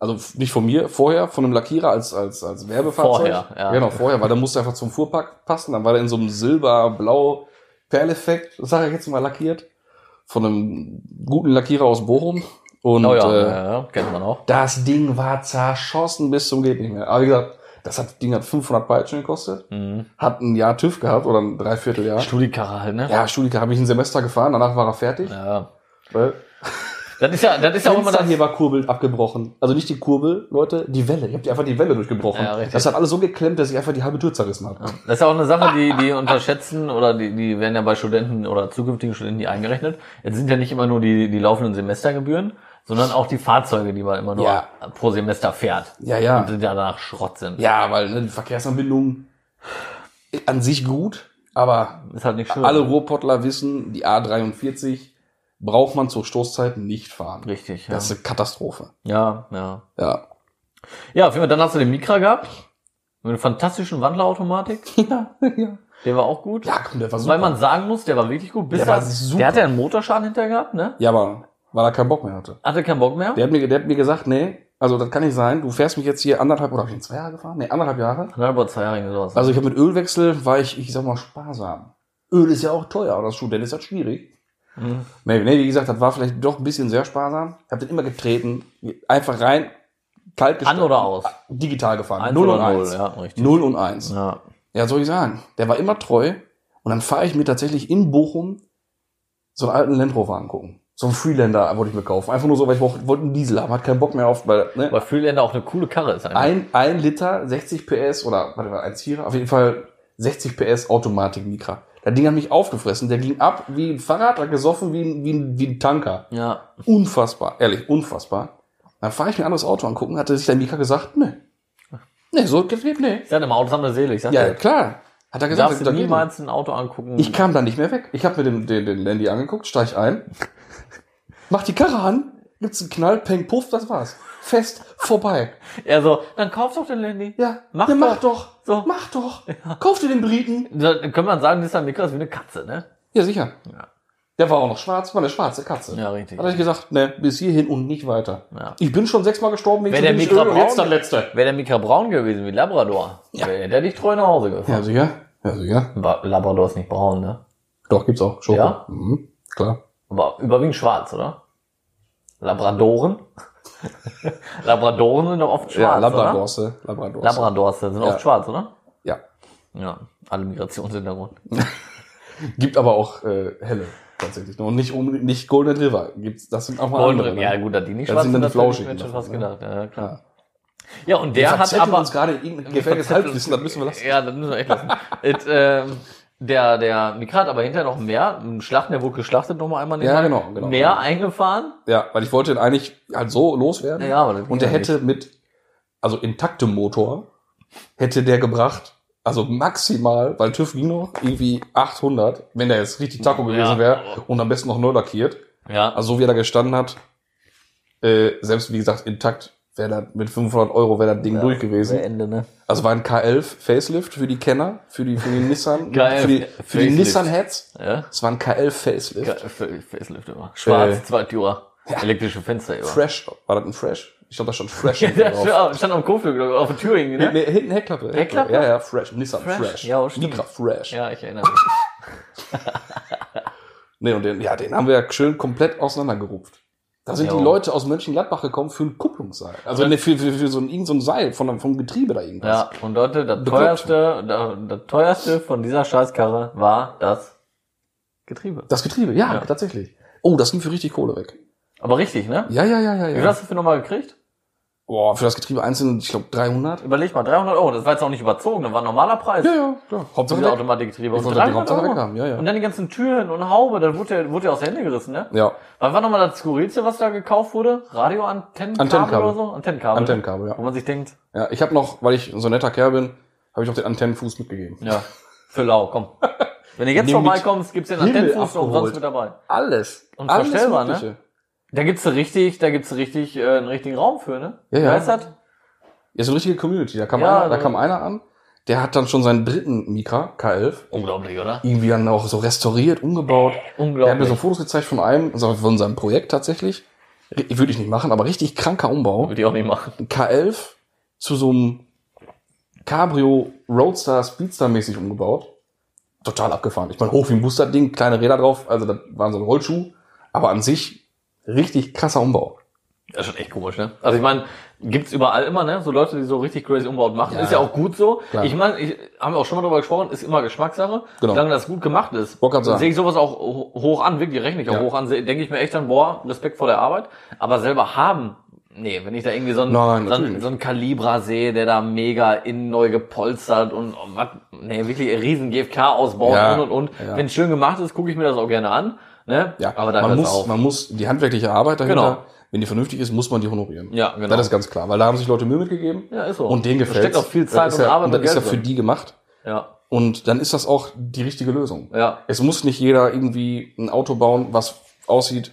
Speaker 1: Also f- nicht von mir, vorher, von einem Lackierer als, als, als Werbefahrzeug.
Speaker 2: Vorher, ja.
Speaker 1: Genau, vorher, weil der musste einfach zum Fuhrpark passen. Dann war der in so einem silber-blau Perleffekt, sag ich jetzt mal, lackiert. Von einem guten Lackierer aus Bochum. Und
Speaker 2: oh ja,
Speaker 1: äh,
Speaker 2: ja, ja, kennt man auch.
Speaker 1: das Ding war zerschossen bis zum geht nicht mehr. Aber wie gesagt, das hat, Ding hat 500 Peitschen gekostet.
Speaker 2: Mhm.
Speaker 1: Hat ein Jahr TÜV gehabt oder ein Dreivierteljahr.
Speaker 2: Studikarre halt, ne?
Speaker 1: Ja, Studiker habe ich ein Semester gefahren, danach war er fertig.
Speaker 2: ja.
Speaker 1: Weil
Speaker 2: Das ist ja, das ist ja auch immer
Speaker 1: Fenster
Speaker 2: das.
Speaker 1: hier war kurbelt abgebrochen. Also nicht die Kurbel, Leute, die Welle. Ich habe einfach die Welle durchgebrochen.
Speaker 2: Ja, richtig.
Speaker 1: das hat alles so geklemmt, dass ich einfach die halbe Tür zerrissen habe.
Speaker 2: Das ist ja auch eine Sache, die, die unterschätzen oder die, die werden ja bei Studenten oder zukünftigen Studenten die eingerechnet. Jetzt sind ja nicht immer nur die, die laufenden Semestergebühren, sondern auch die Fahrzeuge, die man immer nur
Speaker 1: Ja.
Speaker 2: pro Semester fährt.
Speaker 1: Ja, ja.
Speaker 2: Und die danach Schrott sind.
Speaker 1: Ja, weil ne, die Verkehrsanbindung an sich gut, aber
Speaker 2: Ist halt nicht schön.
Speaker 1: alle Ruhrpottler wissen, die A43 braucht man zur Stoßzeit nicht fahren.
Speaker 2: Richtig, ja.
Speaker 1: Das ist eine Katastrophe.
Speaker 2: ja, ja.
Speaker 1: Ja,
Speaker 2: Ja, auf jeden Fall, dann hast du den Mikra gehabt. Mit einer fantastischen Wandlerautomatik.
Speaker 1: Ja, ja.
Speaker 2: Der war auch gut.
Speaker 1: Ja, komm, der war super.
Speaker 2: Weil man sagen muss, der war wirklich gut. Bis
Speaker 1: Der war
Speaker 2: er-
Speaker 1: super.
Speaker 2: der hat ja einen Motorschaden hinter gehabt, ne?
Speaker 1: ja, aber weil er keinen Bock mehr hatte.
Speaker 2: Hatte keinen Bock mehr.
Speaker 1: Der hat mir, der hat mir gesagt, nee, also das kann nicht sein. Du fährst mich jetzt hier anderthalb oder hab ich ihn zwei Jahre gefahren? Nee, anderthalb Jahre.
Speaker 2: Hat aber zwei Jahre sowas.
Speaker 1: Also ich habe mit Ölwechsel war ich, ich sag mal, sparsam. Öl ist ja auch teuer, aber das Student ist halt schwierig.
Speaker 2: Mhm.
Speaker 1: Nee, nee, wie gesagt, das war vielleicht doch ein bisschen sehr sparsam. Ich habe den immer getreten, einfach rein, kalt
Speaker 2: An oder aus?
Speaker 1: Digital gefahren.
Speaker 2: Eins
Speaker 1: Null und
Speaker 2: oder null,
Speaker 1: eins.
Speaker 2: ja, richtig.
Speaker 1: Null und eins.
Speaker 2: Ja.
Speaker 1: Ja, soll ich sagen. Der war immer treu. Und dann fahre ich mir tatsächlich in Bochum so einen alten Land Rover angucken. So einen Freelander wollte ich mir kaufen. Einfach nur so, weil ich wollte wollte einen Diesel haben. Hat keinen Bock mehr auf, weil, ne?
Speaker 2: Weil Freelander auch eine coole Karre ist eigentlich.
Speaker 1: Ein, ein Liter, 60 PS oder, warte mal, 1,4, auf jeden Fall 60 PS Automatik Micra. Das Ding hat mich aufgefressen. Der ging ab wie ein Fahrrad, hat gesoffen wie ein, wie ein, wie ein Tanker.
Speaker 2: Ja.
Speaker 1: Unfassbar, ehrlich, unfassbar. Dann fahre ich mir ein anderes Auto angucken, hatte sich der Mika gesagt, nee. Nee, so geht nee.
Speaker 2: Ich sag immer, Autos haben eine Seele. Ich sag
Speaker 1: Ja,
Speaker 2: dir,
Speaker 1: klar. Hat er
Speaker 2: du
Speaker 1: gesagt,
Speaker 2: darfst
Speaker 1: das
Speaker 2: dir
Speaker 1: geht nicht.
Speaker 2: niemals ein Auto angucken.
Speaker 1: Ich kam da nicht mehr weg. Ich habe mir den, den, den Landy angeguckt, steig ein, mach die Karre an, gibt's einen Knall, peng, puff, das war's. Fest, vorbei.
Speaker 2: er so, dann kauf doch den Landy.
Speaker 1: Ja,
Speaker 2: Mach
Speaker 1: ja,
Speaker 2: doch.
Speaker 1: mach doch.
Speaker 2: So.
Speaker 1: Mach doch. Kauf dir den Briten.
Speaker 2: Dann kann man sagen, das ist ein Mikra ist wie eine Katze, ne?
Speaker 1: Ja, sicher.
Speaker 2: Ja.
Speaker 1: Der war auch noch schwarz, war eine schwarze Katze.
Speaker 2: Ja, richtig.
Speaker 1: Hat er gesagt, ne, bis hierhin und nicht weiter.
Speaker 2: Ja.
Speaker 1: Ich bin schon sechsmal gestorben, wegen
Speaker 2: Wäre der Mikra
Speaker 1: Öl und jetzt
Speaker 2: braun-
Speaker 1: der letzte.
Speaker 2: Wäre der Mikra braun gewesen wie Labrador,
Speaker 1: Ja.
Speaker 2: wäre der dich treu nach Hause gefahren.
Speaker 1: Ja, sicher. Ja, sicher.
Speaker 2: Ba- Labrador ist nicht braun, ne?
Speaker 1: Doch, gibt's auch. Schoko.
Speaker 2: Ja?
Speaker 1: Mhm, klar.
Speaker 2: Aber überwiegend schwarz, oder? Labradoren? Labradoren sind doch oft schwarz,
Speaker 1: ja,
Speaker 2: Labrador.
Speaker 1: Labradorse. Labradorse.
Speaker 2: oder? Labradors sind
Speaker 1: Ja.
Speaker 2: oft schwarz, oder?
Speaker 1: ja.
Speaker 2: Ja, alle Migrationshintergrund.
Speaker 1: Gibt aber auch äh, helle tatsächlich. Und nicht, um, nicht Golden River. Gibt's, das sind auch mal andere.
Speaker 2: Golden,
Speaker 1: ne?
Speaker 2: ja gut, dass die nicht
Speaker 1: Das
Speaker 2: schwarz
Speaker 1: sind
Speaker 2: sind,
Speaker 1: dann
Speaker 2: das
Speaker 1: die
Speaker 2: hätte ich mir
Speaker 1: Flauschigen ne?
Speaker 2: jetzt schon fast
Speaker 1: davon,
Speaker 2: gedacht. Ja, klar. Ja, und der
Speaker 1: Wir
Speaker 2: hat
Speaker 1: verzetteln
Speaker 2: aber...
Speaker 1: uns gerade irgendein gefährliches
Speaker 2: verzetteln
Speaker 1: Halbwissen, das müssen wir lassen.
Speaker 2: Ja, das müssen wir echt lassen. Et, ähm, der, der Mikra hat aber hinterher noch mehr, ein Schlachten, der wurde geschlachtet nochmal einmal.
Speaker 1: Ja,
Speaker 2: nebenbei.
Speaker 1: genau, genau.
Speaker 2: Mehr eingefahren.
Speaker 1: Ja, weil ich wollte ihn eigentlich halt so loswerden.
Speaker 2: Ja, aber das ging
Speaker 1: und der
Speaker 2: ja nicht.
Speaker 1: hätte mit, also intaktem Motor, hätte der gebracht, also maximal, weil TÜV ging noch, irgendwie 800, wenn der jetzt richtig Taco
Speaker 2: Ja.
Speaker 1: gewesen wäre und am besten noch neu lackiert.
Speaker 2: Ja,
Speaker 1: Also so wie er da gestanden hat, äh, selbst wie gesagt intakt, wäre da mit 500 Euro wäre das Ding
Speaker 2: ja,
Speaker 1: durch gewesen.
Speaker 2: der Ende, ne?
Speaker 1: Also war ein K11 Facelift für die Kenner, für die, für die Nissan,
Speaker 2: K11
Speaker 1: für die, für die
Speaker 2: Facelift.
Speaker 1: Nissan Heads.
Speaker 2: Ja.
Speaker 1: Es war ein K11 Facelift.
Speaker 2: Ge- Fa- Facelift immer. Schwarz,
Speaker 1: Äh,
Speaker 2: Zweitürer. Elektrische Fenster immer.
Speaker 1: Fresh. War das ein Fresh? Ich glaube, da stand Fresh hinten
Speaker 2: Ja,
Speaker 1: drauf.
Speaker 2: stimmt, stand am Koflügel auf der Tür irgendwie, ne?
Speaker 1: Nee, hinten Heckklappe.
Speaker 2: Heckklappe?
Speaker 1: Ja, ja, Fresh. Nissan
Speaker 2: Fresh.
Speaker 1: Fresh.
Speaker 2: Ja, stimmt.
Speaker 1: Micra Fresh.
Speaker 2: Ja, ich erinnere mich.
Speaker 1: Nee, und den, ja, den haben wir ja schön komplett auseinandergerupft. Da sind
Speaker 2: Jo.
Speaker 1: die Leute aus Mönchengladbach gekommen für ein Kupplungsseil. Also ne, für, für, für so ein, irgend so ein Seil von, einem- vom Getriebe da irgendwas.
Speaker 2: Ja, und Leute, das
Speaker 1: Bekloppt.
Speaker 2: teuerste, da- das teuerste von dieser Scheißkarre war das Getriebe.
Speaker 1: Das Getriebe, ja,
Speaker 2: Ja.
Speaker 1: tatsächlich. Oh, das ging für richtig Kohle weg.
Speaker 2: Aber richtig, ne?
Speaker 1: Ja, ja, ja, ja.
Speaker 2: Wie viel
Speaker 1: ja.
Speaker 2: hast du für nochmal gekriegt?
Speaker 1: Boah, für das Getriebe einzeln, ich glaube, 300.
Speaker 2: Überleg mal, 300 Euro, das war jetzt auch nicht überzogen, das war ein normaler Preis.
Speaker 1: Ja, ja, klar. Hauptsache
Speaker 2: Diese
Speaker 1: weg.
Speaker 2: Automatikgetriebe.
Speaker 1: Ich
Speaker 2: Und
Speaker 1: wollte die
Speaker 2: 300
Speaker 1: Hauptsache
Speaker 2: Euro.
Speaker 1: weg haben, ja, ja.
Speaker 2: Und dann die ganzen Türen und Haube, dann wurde der, wurde der aus den Händen gerissen, ne?
Speaker 1: Ja,
Speaker 2: Was war nochmal das Skurrilste, was da gekauft wurde? Radioantennenkabel
Speaker 1: Antennenkabel.
Speaker 2: oder so? Antennenkabel.
Speaker 1: Antennenkabel,
Speaker 2: Wo
Speaker 1: ja.
Speaker 2: man sich denkt,
Speaker 1: ja. Ich habe noch, weil ich so ein netter Kerl bin, habe ich auch den Antennenfuß mitgegeben.
Speaker 2: ja, für lau, komm. Wenn du jetzt
Speaker 1: Nimm mit.
Speaker 2: vorbeikommst, gibt's den
Speaker 1: Himmel
Speaker 2: Antennenfuß noch
Speaker 1: abgeholt.
Speaker 2: umsonst mit dabei.
Speaker 1: Alles.
Speaker 2: Unvorstellbar, ne?
Speaker 1: Mögliche.
Speaker 2: Da gibt's richtig, da gibt's richtig äh, einen richtigen Raum für, ne?
Speaker 1: Ja, ja.
Speaker 2: Weißt du das?
Speaker 1: Ja, so eine richtige Community. Da kam,
Speaker 2: Ja,
Speaker 1: einer, da
Speaker 2: so.
Speaker 1: kam einer an, Der hat dann schon seinen dritten Mika, K11,
Speaker 2: Unglaublich, oder?
Speaker 1: irgendwie dann auch so restauriert, umgebaut. Der hat mir
Speaker 2: Unglaublich.
Speaker 1: so Fotos gezeigt von einem, also von seinem Projekt tatsächlich. Ri- Würde ich nicht machen, aber richtig kranker Umbau.
Speaker 2: Würde ich auch nicht machen.
Speaker 1: Ein K11 zu so einem Cabrio Roadster Speedster mäßig umgebaut. Total abgefahren. Ich meine, hoch wie ein Booster-Ding, kleine Räder drauf, also das waren so ein Rollschuh, aber an sich richtig krasser Umbau.
Speaker 2: Das ist schon echt komisch, ne? Also ich meine, gibt's überall immer, ne? So Leute, die so richtig crazy Umbaut machen.
Speaker 1: Ja.
Speaker 2: Ist ja auch gut so.
Speaker 1: Klar.
Speaker 2: Ich meine, ich, haben wir auch schon mal drüber gesprochen, ist immer Geschmackssache.
Speaker 1: Genau.
Speaker 2: Solange das gut gemacht ist,
Speaker 1: Wollte grad sagen.
Speaker 2: sehe ich sowas auch ho- hoch an, wirklich rechne ich auch
Speaker 1: Ja.
Speaker 2: hoch an, denke ich mir echt dann, boah, Respekt vor der Arbeit. Aber selber haben, nee, wenn ich da irgendwie so einen,
Speaker 1: Nein,
Speaker 2: so
Speaker 1: natürlich
Speaker 2: einen,
Speaker 1: nicht.
Speaker 2: so einen Calibra sehe, der da mega innen neu gepolstert und oh, was, nee, wirklich riesen GFK ausbaut
Speaker 1: Ja.
Speaker 2: und und und.
Speaker 1: Ja.
Speaker 2: Wenn es schön gemacht ist, gucke ich mir das auch gerne an. Ne?
Speaker 1: Ja,
Speaker 2: Aber da
Speaker 1: man,
Speaker 2: hört's
Speaker 1: muss,
Speaker 2: auf.
Speaker 1: man muss die handwerkliche Arbeit dahinter,
Speaker 2: Genau.
Speaker 1: wenn die vernünftig ist, muss man die honorieren.
Speaker 2: Ja, genau.
Speaker 1: Das ist ganz klar, weil da haben sich Leute Mühe mitgegeben
Speaker 2: Ja, ist so.
Speaker 1: und denen
Speaker 2: Da
Speaker 1: gefällt
Speaker 2: Steckt auch viel Zeit
Speaker 1: ist
Speaker 2: und
Speaker 1: ja,
Speaker 2: Arbeit
Speaker 1: und das ist ja für
Speaker 2: drin.
Speaker 1: die gemacht.
Speaker 2: Ja,
Speaker 1: Und dann ist das auch die richtige Lösung.
Speaker 2: ja.
Speaker 1: Es muss nicht jeder irgendwie ein Auto bauen, was aussieht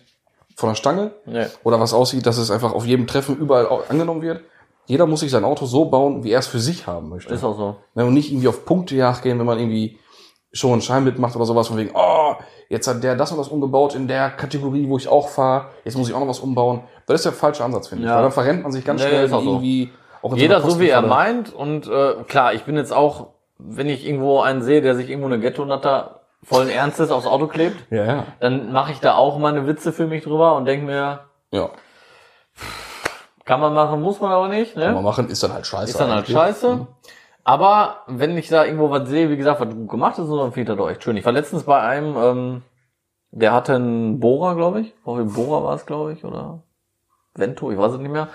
Speaker 1: von der Stange
Speaker 2: Nee.
Speaker 1: oder was aussieht, dass es einfach auf jedem Treffen überall au- angenommen wird. Jeder muss sich sein Auto so bauen, wie er es für sich haben möchte.
Speaker 2: Ist auch so.
Speaker 1: Ne, und nicht irgendwie auf Punkte nachgehen, wenn man irgendwie schon einen Schein mitmacht oder sowas, von wegen, oh, jetzt hat der das und das umgebaut in der Kategorie, wo ich auch fahre, jetzt muss ich auch noch was umbauen. Das ist der falsche Ansatz, finde ich.
Speaker 2: Ja.
Speaker 1: Weil dann verrennt man sich ganz
Speaker 2: Nee,
Speaker 1: schnell
Speaker 2: ist auch so.
Speaker 1: irgendwie auch in
Speaker 2: Jeder
Speaker 1: einer
Speaker 2: so, wie er
Speaker 1: Kostenfalle.
Speaker 2: meint. Und äh, klar, ich bin jetzt auch, wenn ich irgendwo einen sehe, der sich irgendwo eine Ghetto-Natter vollen Ernstes aufs Auto klebt,
Speaker 1: Ja, ja.
Speaker 2: dann mache ich da auch meine Witze für mich drüber und denke mir,
Speaker 1: Ja,
Speaker 2: kann man machen, muss man aber nicht.
Speaker 1: kann man
Speaker 2: Ne?
Speaker 1: machen, ist dann halt scheiße.
Speaker 2: Ist dann halt
Speaker 1: eigentlich. Mhm.
Speaker 2: scheiße. Aber wenn ich da irgendwo was sehe, wie gesagt, was gut gemacht ist, dann finde ich das doch echt schön. Ich war letztens bei einem, ähm, der hatte einen Bohrer, glaube ich. VW Bohrer war es, glaube ich, oder Vento, ich weiß es nicht mehr.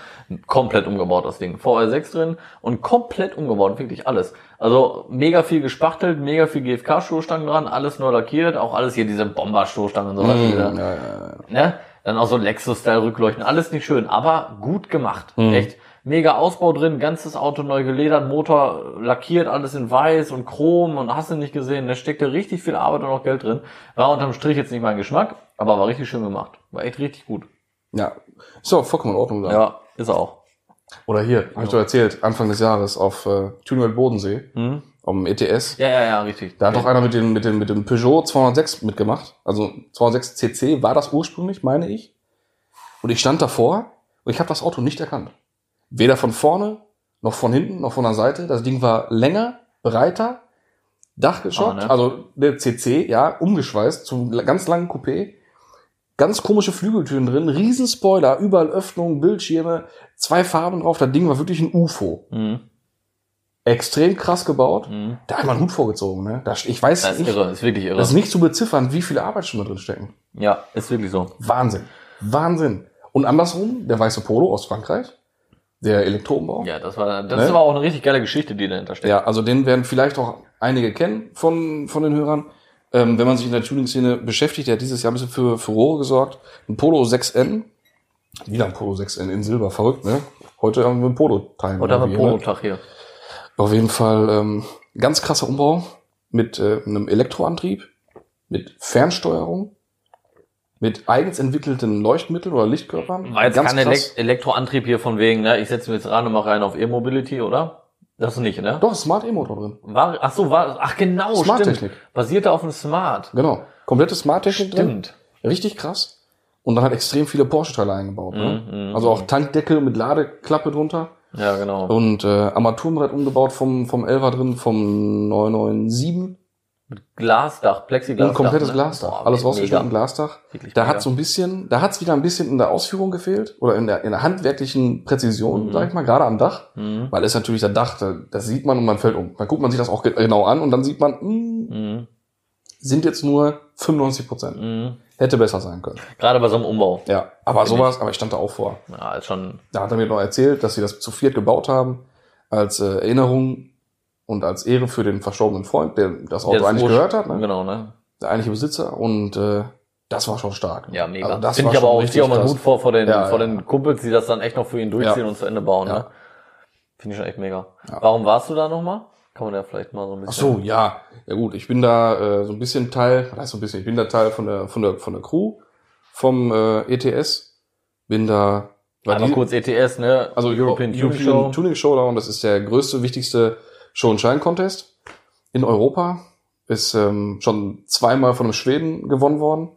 Speaker 2: Komplett umgebaut, das Ding. VR6 drin und komplett umgebaut, wirklich alles. Also mega viel gespachtelt, mega viel GFK-Stoßstangen dran, alles neu lackiert, auch alles hier diese Bomber-Stoßstangen und so
Speaker 1: Mhm,
Speaker 2: weiter.
Speaker 1: ja, ja, ja.
Speaker 2: Ne? Dann auch so Lexus-Style-Rückleuchten, alles nicht schön, aber gut gemacht.
Speaker 1: Mhm.
Speaker 2: Echt. Mega Ausbau drin, ganzes Auto neu geledert, Motor lackiert, alles in weiß und Chrom und hast du nicht gesehen. Da steckte richtig viel Arbeit und auch Geld drin. War unterm Strich jetzt nicht mein Geschmack, aber war richtig schön gemacht. War echt richtig gut.
Speaker 1: Ja, ist auch vollkommen in Ordnung.
Speaker 2: Ja,
Speaker 1: Ja.
Speaker 2: ist er auch.
Speaker 1: Oder hier, habe ich doch erzählt, Anfang des Jahres auf äh, Tunewell Bodensee,
Speaker 2: Hm?
Speaker 1: am E ETS.
Speaker 2: Ja, ja, ja, richtig.
Speaker 1: Mhm. Da hat doch einer mit dem, mit, dem, mit dem Peugeot 206 mitgemacht. Also 206 CC war das ursprünglich, meine ich. Und ich stand davor und ich habe das Auto nicht erkannt. Weder von vorne, noch von hinten, noch von der Seite. Das Ding war länger, breiter, Dachgeschoss,
Speaker 2: Ah, ne?
Speaker 1: also der CC, ja, umgeschweißt zum la- ganz langen Coupé. Ganz komische Flügeltüren drin, riesen Spoiler, überall Öffnungen, Bildschirme, zwei Farben drauf. Das Ding war wirklich ein UFO.
Speaker 2: Hm,
Speaker 1: Extrem krass gebaut.
Speaker 2: hm.
Speaker 1: Da hat man einen Hut vorgezogen, ne? Da- Ich weiß
Speaker 2: Das ist
Speaker 1: nicht,
Speaker 2: irre, ist wirklich irre.
Speaker 1: das ist nicht zu beziffern, wie viele Arbeitsstunden drin stecken.
Speaker 2: ja, ist wirklich so.
Speaker 1: Wahnsinn. Wahnsinn. Und andersrum, der weiße Polo aus Frankreich, der Elektroumbau.
Speaker 2: Ja, das war, das
Speaker 1: Ne?
Speaker 2: war auch eine richtig geile Geschichte, die dahinter steckt.
Speaker 1: Ja, also den werden vielleicht auch einige kennen von, von den Hörern. Ähm, wenn man sich in der Tuning-Szene beschäftigt, der hat dieses Jahr ein bisschen für Furore gesorgt. Ein Polo 6N. Wieder ein Polo 6N in Silber, verrückt, ne? Heute haben wir einen Polo-Teil.
Speaker 2: Oder haben
Speaker 1: irgendwie,
Speaker 2: wir
Speaker 1: ne?
Speaker 2: Promo-Tag hier.
Speaker 1: Auf jeden Fall ähm, ganz krasser Umbau mit äh, einem Elektroantrieb, mit Fernsteuerung, mit eigens entwickelten Leuchtmitteln oder Lichtkörpern.
Speaker 2: War jetzt
Speaker 1: ganz
Speaker 2: kein Elek Elektroantrieb hier von wegen, ne? Ich setze mir jetzt ran und mache rein auf E-Mobility, oder? Das nicht, ne?
Speaker 1: Doch, Smart E-Motor drin.
Speaker 2: War, ach so, war, ach genau,
Speaker 1: Smart-Technik.
Speaker 2: stimmt. Basierte auf dem Smart.
Speaker 1: Genau. Komplette Smart-Technik drin.
Speaker 2: Stimmt.
Speaker 1: Richtig krass. Und dann hat extrem viele Porsche-Teile eingebaut. ne?
Speaker 2: Mhm,
Speaker 1: also auch Tankdeckel mit Ladeklappe drunter.
Speaker 2: Ja, genau.
Speaker 1: Und äh, Armaturenbrett umgebaut vom, vom 11er drin, vom 997.
Speaker 2: Glasdach, Plexiglasdach.
Speaker 1: ein Oh, komplettes
Speaker 2: ne?
Speaker 1: Glasdach.
Speaker 2: Boah,
Speaker 1: Alles
Speaker 2: mega.
Speaker 1: rausgeschnitten, Glasdach.
Speaker 2: Wirklich
Speaker 1: Da
Speaker 2: mega.
Speaker 1: hat so ein bisschen, da hat's wieder ein bisschen in der Ausführung gefehlt oder in der, in der handwerklichen Präzision, sag ich mal, gerade am Dach.
Speaker 2: Mhm.
Speaker 1: Weil es natürlich das Dach, da- das sieht man und man fällt um. Dann guckt man sich das auch ge- genau an und dann sieht man, mh,
Speaker 2: Mhm.
Speaker 1: sind jetzt nur 95 Prozent.
Speaker 2: Mhm.
Speaker 1: Hätte besser sein können.
Speaker 2: Gerade bei so einem Umbau.
Speaker 1: Ja, aber
Speaker 2: Finde
Speaker 1: sowas, aber ich stand da auch vor.
Speaker 2: Ja, ist schon.
Speaker 1: Da hat er mir noch erzählt, dass sie das zu viert gebaut haben, als äh, Erinnerung und als Ehre für den verstorbenen Freund, der das Auto
Speaker 2: der
Speaker 1: eigentlich
Speaker 2: Wurst-
Speaker 1: gehört hat, ne?
Speaker 2: Genau, ne?
Speaker 1: der eigentliche Besitzer. Und äh, das war schon stark.
Speaker 2: Ja, mega.
Speaker 1: Also das
Speaker 2: Finde
Speaker 1: war
Speaker 2: ich aber
Speaker 1: schon
Speaker 2: auch,
Speaker 1: richtig
Speaker 2: stehe auch mal
Speaker 1: krass.
Speaker 2: gut vor, vor den,
Speaker 1: Ja,
Speaker 2: vor
Speaker 1: ja.
Speaker 2: den Kumpels, die das dann echt noch für ihn durchziehen
Speaker 1: Ja.
Speaker 2: und zu Ende bauen,
Speaker 1: Ja.
Speaker 2: ne? Finde ich schon echt mega.
Speaker 1: Ja.
Speaker 2: Warum warst du da nochmal? Kann man ja vielleicht mal so ein bisschen.
Speaker 1: Ach so, ja. Ja gut, ich bin da äh, so ein bisschen Teil, was heißt so ein bisschen, ich bin da Teil von der von der von der Crew vom äh, ETS. Bin da war
Speaker 2: Einmal
Speaker 1: die-
Speaker 2: kurz ETS, ne?
Speaker 1: Mhm. also European, European Tuning Show. Tuning Showdown, das ist der größte, wichtigste Show and Shine Contest in Europa. Ist ähm, schon zweimal von einem Schweden gewonnen worden.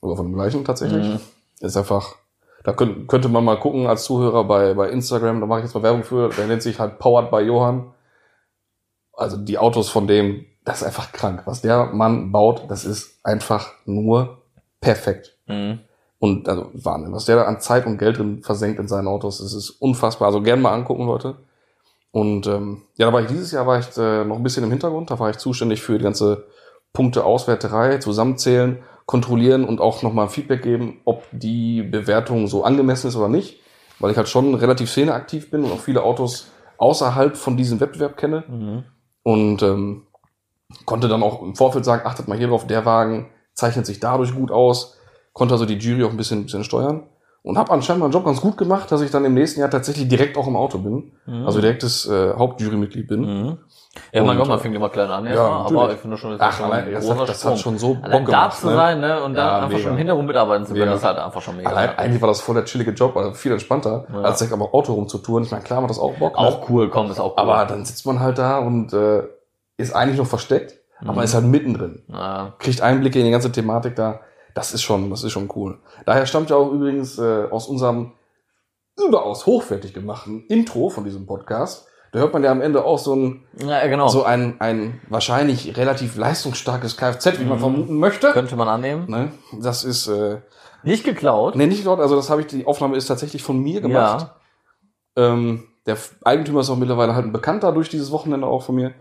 Speaker 1: Oder von dem gleichen tatsächlich.
Speaker 2: Mhm.
Speaker 1: Ist einfach, da könnt, könnte man mal gucken als Zuhörer bei, bei Instagram, da mache ich jetzt mal Werbung für, der nennt sich halt Powered by Johann. Also die Autos von dem, das ist einfach krank. Was der Mann baut, das ist einfach nur perfekt.
Speaker 2: Mhm.
Speaker 1: Und also Wahnsinn, was der da an Zeit und Geld drin versenkt in seinen Autos, das ist unfassbar. Also gerne mal angucken, Leute. Und ähm, ja, da war ich dieses Jahr war ich äh, noch ein bisschen im Hintergrund, da war ich zuständig für die ganze Punkteauswerterei, zusammenzählen, kontrollieren und auch nochmal Feedback geben, ob die Bewertung so angemessen ist oder nicht. Weil ich halt schon relativ szeneaktiv bin und auch viele Autos außerhalb von diesem Wettbewerb kenne
Speaker 2: Mhm.
Speaker 1: und ähm, konnte dann auch im Vorfeld sagen, achtet mal hier drauf, der Wagen zeichnet sich dadurch gut aus, konnte also die Jury auch ein bisschen, bisschen steuern und habe anscheinend meinen Job ganz gut gemacht, dass ich dann im nächsten Jahr tatsächlich direkt auch im Auto bin,
Speaker 2: Mhm.
Speaker 1: also direktes äh, Hauptjurymitglied bin.
Speaker 2: Mhm. Ja, mein
Speaker 1: Und-
Speaker 2: Gott, man fängt immer klein an, ja,
Speaker 1: Ja,
Speaker 2: aber
Speaker 1: natürlich.
Speaker 2: ich finde schon, das
Speaker 1: Ach,
Speaker 2: schon
Speaker 1: allein, das,
Speaker 2: großer
Speaker 1: hat, das hat schon
Speaker 2: Sprung.
Speaker 1: so
Speaker 2: Allein
Speaker 1: Bock
Speaker 2: da
Speaker 1: gemacht.
Speaker 2: zu
Speaker 1: Ne?
Speaker 2: sein, ne, und dann
Speaker 1: Ja,
Speaker 2: einfach
Speaker 1: mega.
Speaker 2: schon im Hintergrund mitarbeiten zu können,
Speaker 1: Mega.
Speaker 2: das ist halt einfach schon mega.
Speaker 1: Allein, eigentlich war das voll der chillige Job, also viel entspannter,
Speaker 2: Ja.
Speaker 1: als direkt am Auto rumzutouren. Ich meine, klar macht das auch Bock. ne?
Speaker 2: auch cool, komm, ist auch cool.
Speaker 1: Aber dann sitzt man halt da und äh, ist eigentlich noch versteckt,
Speaker 2: Mhm.
Speaker 1: aber ist halt mittendrin.
Speaker 2: Ja.
Speaker 1: kriegt Einblicke in die ganze Thematik da. Das ist schon, das ist schon cool. Daher stammt ja auch übrigens äh, aus unserem überaus hochwertig gemachten Intro von diesem Podcast. Da hört man ja am Ende auch so ein,
Speaker 2: ja, genau.
Speaker 1: so ein, ein wahrscheinlich relativ leistungsstarkes Kfz, wie man
Speaker 2: Mhm.
Speaker 1: vermuten möchte.
Speaker 2: Könnte man annehmen.
Speaker 1: Ne? Das ist, äh,
Speaker 2: Nicht geklaut.
Speaker 1: nee, nicht dort, also das habe ich, die Aufnahme ist tatsächlich von mir gemacht.
Speaker 2: Ja.
Speaker 1: Ähm, der F- Eigentümer ist auch mittlerweile halt ein Bekannter durch dieses Wochenende auch von mir.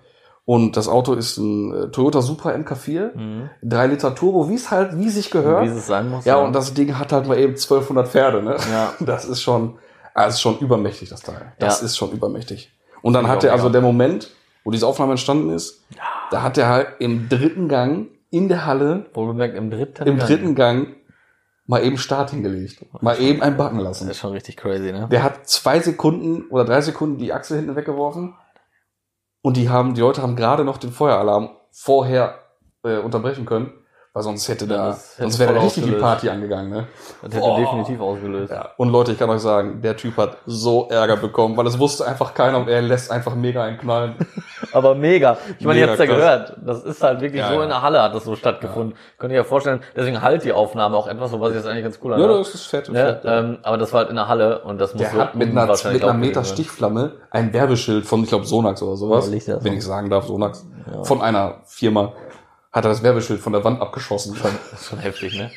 Speaker 1: Und das Auto ist ein äh, Toyota Supra MK4,
Speaker 2: Mhm.
Speaker 1: 3 Liter Turbo, wie es halt, wie sich gehört.
Speaker 2: Wie es sein muss.
Speaker 1: Ja, und das Ding hat halt mal eben 1200 Pferde, ne?
Speaker 2: Ja.
Speaker 1: Das ist schon, ah, ist schon übermächtig, das Teil. Das
Speaker 2: Ja.
Speaker 1: ist schon übermächtig. Und dann
Speaker 2: Ich
Speaker 1: hat
Speaker 2: glaub,
Speaker 1: er also
Speaker 2: ja.
Speaker 1: der Moment, wo diese Aufnahme entstanden ist, da hat er halt im dritten Gang in der Halle,
Speaker 2: Wohlgemerkt im dritten.
Speaker 1: im
Speaker 2: Gang.
Speaker 1: dritten Gang, mal eben Start hingelegt. Mal eben einen backen
Speaker 2: Das
Speaker 1: lassen.
Speaker 2: ist schon richtig crazy, ne?
Speaker 1: Der hat zwei Sekunden oder drei Sekunden die Achse hinten weggeworfen. Und die haben, die Leute haben gerade noch den Feueralarm vorher äh, unterbrechen können, weil sonst hätte
Speaker 2: Ja,
Speaker 1: da,
Speaker 2: das hätte
Speaker 1: sonst wäre
Speaker 2: voll
Speaker 1: da richtig die
Speaker 2: ausgelöst.
Speaker 1: Party angegangen, ne?
Speaker 2: Das hätte
Speaker 1: Boah.
Speaker 2: definitiv ausgelöst.
Speaker 1: Ja, und Leute, ich kann euch sagen, der Typ hat so Ärger bekommen, weil es wusste einfach keiner und er lässt einfach mega einen knallen.
Speaker 2: Aber mega. Ich meine, ihr
Speaker 1: Mega
Speaker 2: habt's ja
Speaker 1: krass.
Speaker 2: gehört. Das ist halt wirklich
Speaker 1: Ja,
Speaker 2: so
Speaker 1: ja.
Speaker 2: in der Halle hat das so stattgefunden. Könnt ihr ja vorstellen. Deswegen halt die Aufnahme auch etwas, so was ich jetzt eigentlich ganz cool
Speaker 1: Ja,
Speaker 2: anhört.
Speaker 1: das ist fett.
Speaker 2: Ne?
Speaker 1: fett ja.
Speaker 2: Ähm, aber das war halt in der Halle und das muss
Speaker 1: der hat mit einer,
Speaker 2: unwahrscheinlich
Speaker 1: mit einer
Speaker 2: laut
Speaker 1: Meter
Speaker 2: gewesen sein.
Speaker 1: Stichflamme ein Werbeschild von, ich glaube, Sonax oder sowas,
Speaker 2: Ja, Licht, ja.
Speaker 1: wenn ich sagen darf, Sonax, von einer Firma, hat er das Werbeschild von der Wand abgeschossen.
Speaker 2: Das ist schon heftig, ne?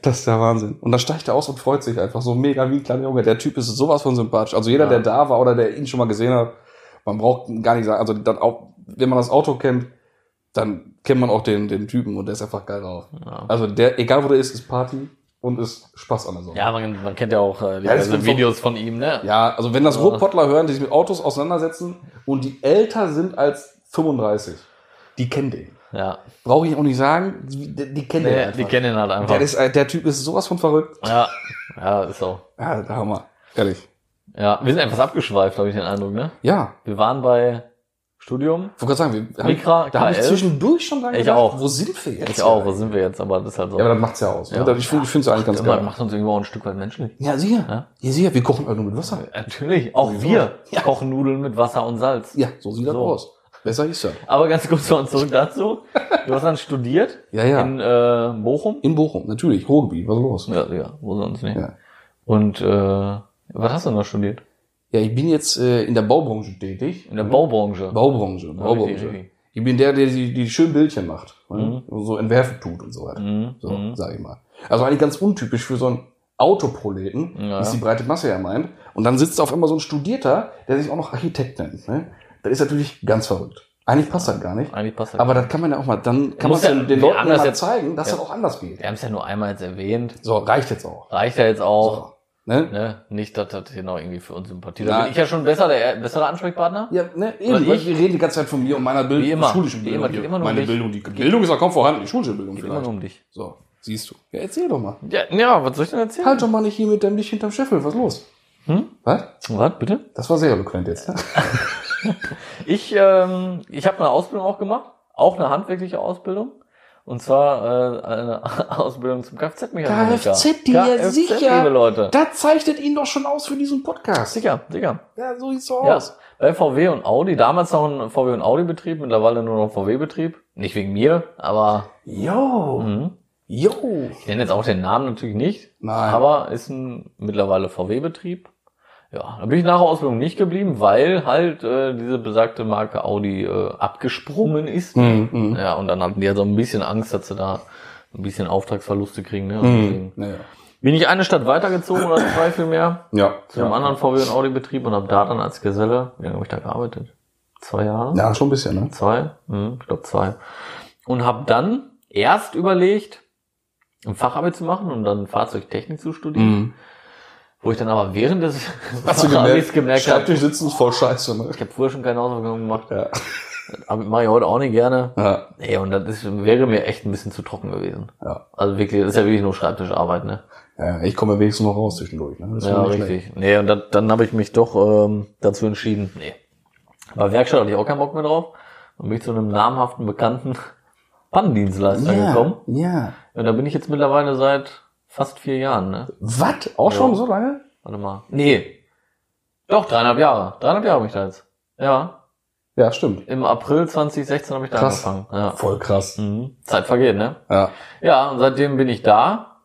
Speaker 1: Das ist der Wahnsinn. Und dann steigt er aus und freut sich einfach so mega wie ein kleiner Junge. Der Typ ist sowas von sympathisch. Also jeder,
Speaker 2: Ja.
Speaker 1: der da war oder der ihn schon mal gesehen hat, man braucht gar nicht sagen, also dann auch, wenn man das Auto kennt, dann kennt man auch den, den Typen und der ist einfach geil drauf.
Speaker 2: Ja.
Speaker 1: Also der, egal wo der ist, ist Party und ist Spaß an der Sache.
Speaker 2: Ja, man, man kennt ja auch äh, die
Speaker 1: Ja, das
Speaker 2: ganzen
Speaker 1: sind so-
Speaker 2: Videos von ihm, ne?
Speaker 1: Ja, also wenn das
Speaker 2: Ja.
Speaker 1: Ruhrpottler hören, die sich mit Autos auseinandersetzen und die älter sind als 35, die kennen den.
Speaker 2: Ja.
Speaker 1: Brauche ich auch nicht sagen, die, die kennen den
Speaker 2: Nee,
Speaker 1: einfach.
Speaker 2: die kennen ihn halt einfach.
Speaker 1: der, ist, äh, der Typ ist sowas von verrückt.
Speaker 2: ja. ja, ist so.
Speaker 1: Ja, da haben wir. Ehrlich.
Speaker 2: Ja, wir sind etwas abgeschweift, habe ich den Eindruck, ne?
Speaker 1: Ja,
Speaker 2: Wir waren bei Studium.
Speaker 1: Ich wollte gerade sagen, wir
Speaker 2: Mikra,
Speaker 1: da habe ich
Speaker 2: KL.
Speaker 1: zwischendurch schon lange
Speaker 2: Ich
Speaker 1: gedacht,
Speaker 2: auch.
Speaker 1: wo sind wir jetzt?
Speaker 2: Ich auch, wo sind wir jetzt? Aber das ist halt so.
Speaker 1: Ja, aber das macht's ja aus.
Speaker 2: Ja.
Speaker 1: Ne? Ich finde es eigentlich ganz
Speaker 2: Immer,
Speaker 1: geil.
Speaker 2: macht uns irgendwo auch ein Stück weit menschlich.
Speaker 1: Ja, sicher.
Speaker 2: Ja.
Speaker 1: Ja. sicher, wir kochen halt nur mit Wasser.
Speaker 2: Natürlich, auch
Speaker 1: Sowieso.
Speaker 2: wir
Speaker 1: Ja.
Speaker 2: kochen Nudeln mit Wasser und Salz.
Speaker 1: Ja, so sieht das
Speaker 2: So.
Speaker 1: aus. Besser ist das.
Speaker 2: Aber ganz kurz noch zurück dazu. Du hast dann studiert
Speaker 1: Ja, ja.
Speaker 2: in äh, Bochum.
Speaker 1: In Bochum, natürlich. Ruhrgebiet, was ist los? Ja,
Speaker 2: Ja, ja, wo sonst nicht.
Speaker 1: Ja.
Speaker 2: Und äh, was hast du denn da studiert?
Speaker 1: ich bin jetzt äh, in der Baubranche tätig.
Speaker 2: In der Baubranche.
Speaker 1: Baubranche, ne?
Speaker 2: richtig,
Speaker 1: Hm? Baubranche.
Speaker 2: richtig.
Speaker 1: Ich bin der, der die, die schönen Bildchen macht. Ne? So entwerfen tut und so weiter.
Speaker 2: Mhm,
Speaker 1: So,
Speaker 2: mhm.
Speaker 1: sag ich mal. Also eigentlich ganz untypisch für so einen Autoproleten,
Speaker 2: Ja.
Speaker 1: wie es die breite Masse ja meint. Und dann sitzt auf einmal so ein Studierter, der sich auch noch Architekt nennt. Ne? Das ist natürlich ganz verrückt. Eigentlich passt das gar nicht.
Speaker 2: Eigentlich passt das.
Speaker 1: Aber das kann man ja auch mal, dann kann man
Speaker 2: Muss
Speaker 1: ja,
Speaker 2: ja
Speaker 1: den Leuten
Speaker 2: anders
Speaker 1: mal
Speaker 2: jetzt-
Speaker 1: zeigen, dass
Speaker 2: Ja.
Speaker 1: das auch anders geht.
Speaker 2: wir haben es ja nur einmal jetzt erwähnt.
Speaker 1: So, reicht jetzt auch.
Speaker 2: Reicht ja jetzt auch.
Speaker 1: So, ne?
Speaker 2: Ne? Nicht, dass das hier noch irgendwie für uns Sympathie. Da
Speaker 1: Na.
Speaker 2: bin ich ja schon besser der bessere Ansprechpartner.
Speaker 1: Ja, ne,
Speaker 2: Weil
Speaker 1: eben, weil
Speaker 2: ich-
Speaker 1: wir reden die ganze Zeit von mir und meiner Bildung,
Speaker 2: Wie immer.
Speaker 1: schulischen
Speaker 2: Wie
Speaker 1: Bildung.
Speaker 2: immer, geht
Speaker 1: hier.
Speaker 2: immer nur
Speaker 1: Meine
Speaker 2: um dich.
Speaker 1: Bildung, die Bildung ist ja kaum vorhanden, die schulische Bildung
Speaker 2: Geht immer
Speaker 1: vielleicht.
Speaker 2: nur um dich.
Speaker 1: So, siehst du. Ja, erzähl doch mal.
Speaker 2: Ja, ja, was soll ich denn erzählen?
Speaker 1: Halt doch mal nicht hier mit dem Licht hinterm Scheffel, was ist los?
Speaker 2: Hm?
Speaker 1: Was?
Speaker 2: Was, bitte?
Speaker 1: Das war sehr eloquent jetzt. Ne?
Speaker 2: Ich, ähm, ich habe eine Ausbildung auch gemacht, auch eine handwerkliche Ausbildung. Und zwar äh, eine Ausbildung zum Kfz-Mechaniker.
Speaker 1: Kfz, die ja sicher.
Speaker 2: liebe Leute.
Speaker 1: Da zeichnet ihn doch schon aus für diesen Podcast.
Speaker 2: Sicher, sicher.
Speaker 1: Ja, so sieht's so
Speaker 2: Ja,
Speaker 1: aus.
Speaker 2: bei VW und Audi, damals noch ein VW und Audi-Betrieb, mittlerweile nur noch VW-Betrieb. Nicht wegen mir, aber
Speaker 1: Yo,
Speaker 2: mhm.
Speaker 1: yo.
Speaker 2: ich nenne jetzt auch den Namen natürlich nicht,
Speaker 1: Nein.
Speaker 2: aber ist ein mittlerweile VW-Betrieb. Ja, da bin ich nach der Ausbildung nicht geblieben, weil halt äh, diese besagte Marke Audi äh, abgesprungen ist.
Speaker 1: Hm, hm.
Speaker 2: Ja, und dann hatten die ja so ein bisschen Angst, dass sie da ein bisschen Auftragsverluste kriegen. Ne? Und
Speaker 1: Hm.
Speaker 2: deswegen
Speaker 1: Ja.
Speaker 2: Bin ich eine Stadt weitergezogen oder zwei vielmehr
Speaker 1: Ja.
Speaker 2: zu einem anderen VW und Audi-Betrieb und habe da dann als Geselle, wie lange habe ich da gearbeitet? Zwei Jahre?
Speaker 1: ja, schon ein bisschen, ne?
Speaker 2: Zwei? Hm, ich glaube zwei. Und habe dann erst überlegt, ein Facharbeid zu machen und dann Fahrzeugtechnik zu studieren,
Speaker 1: Mhm.
Speaker 2: wo ich dann aber während des
Speaker 1: Hast du gemerkt,
Speaker 2: Facharbeits gemerkt habe,
Speaker 1: Schreibtisch sitzen ist voll scheiße, ne?
Speaker 2: ich habe früher schon keine Hausaufgaben gemacht,
Speaker 1: Ja.
Speaker 2: aber mache ich heute auch nicht gerne.
Speaker 1: ja.
Speaker 2: Nee, und das ist, wäre mir echt ein bisschen zu trocken gewesen.
Speaker 1: Ja.
Speaker 2: Also wirklich, das ist ja wirklich nur Schreibtischarbeit, ne?
Speaker 1: ja ich komme wenigstens noch raus zwischendurch, ne? Das ist
Speaker 2: Ja,
Speaker 1: nicht schlecht.
Speaker 2: richtig. Nee, und dann, dann habe ich mich doch ähm, dazu entschieden, nee. Bei Werkstatt hatte ich auch keinen Bock mehr drauf und bin zu einem namhaften, bekannten Pannendienstleister gekommen.
Speaker 1: Ja, ja.
Speaker 2: Und da bin ich jetzt mittlerweile seit fast vier Jahren, ne?
Speaker 1: Was? Auch schon
Speaker 2: Ja.
Speaker 1: so lange?
Speaker 2: Warte mal. Nee. Doch, dreieinhalb Jahre. Dreieinhalb Jahre bin ich da jetzt. Ja.
Speaker 1: Ja, stimmt.
Speaker 2: Im April 2016 habe ich da
Speaker 1: Krass.
Speaker 2: angefangen. Ja.
Speaker 1: Voll krass.
Speaker 2: Mhm. Zeit vergeht, ne?
Speaker 1: Ja.
Speaker 2: Ja, und seitdem bin ich da.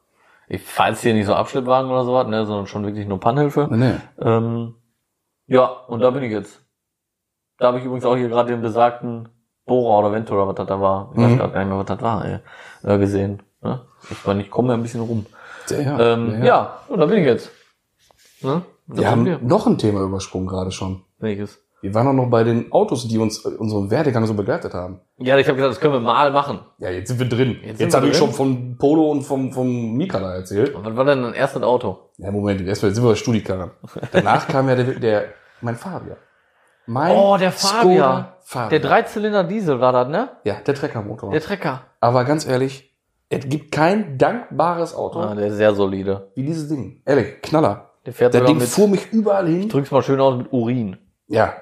Speaker 2: Ich fahre jetzt hier nicht so Abschleppwagen oder sowas, ne, sondern schon wirklich nur Pannhilfe.
Speaker 1: Nee.
Speaker 2: Ähm, ja, und da bin ich jetzt. Da habe ich übrigens auch hier gerade den besagten Bora oder Ventura, was das da war. Ich weiß
Speaker 1: Mhm.
Speaker 2: grad gar nicht mehr, was das war, ey. Äh, gesehen. Ne? Ich meine, ich komme ja ein bisschen rum.
Speaker 1: Ja, ja.
Speaker 2: Ähm, ja. und da bin ich jetzt. Ne? Da
Speaker 1: Wir haben
Speaker 2: sind wir.
Speaker 1: noch ein Thema übersprungen gerade schon.
Speaker 2: Welches?
Speaker 1: Wir waren auch noch bei den Autos, die uns äh, unseren Werdegang so begleitet haben.
Speaker 2: Ja, ich habe gesagt, das können wir mal machen.
Speaker 1: Ja, jetzt sind wir drin.
Speaker 2: Jetzt
Speaker 1: Jetzt,
Speaker 2: sind wir
Speaker 1: habe ich
Speaker 2: drin.
Speaker 1: schon von Polo und vom, vom Mika da erzählt.
Speaker 2: Und was war denn dein erstes Auto?
Speaker 1: Ja, Moment, erstmal jetzt sind wir bei Studikaran. Danach kam ja der, der mein Fabian. Mein
Speaker 2: Oh, der Fabian.
Speaker 1: Skoda Fabian.
Speaker 2: Der Dreizylinder Diesel war das, ne?
Speaker 1: ja, der Treckermotor.
Speaker 2: Der Trecker.
Speaker 1: Aber ganz ehrlich, es gibt kein dankbares Auto
Speaker 2: Ah, der ist sehr solide.
Speaker 1: wie dieses Ding. Ehrlich, Knaller.
Speaker 2: Der fährt
Speaker 1: Das
Speaker 2: sogar
Speaker 1: Ding
Speaker 2: mit,
Speaker 1: fuhr mich überall hin.
Speaker 2: drück's mal schön aus mit Urin.
Speaker 1: Ja.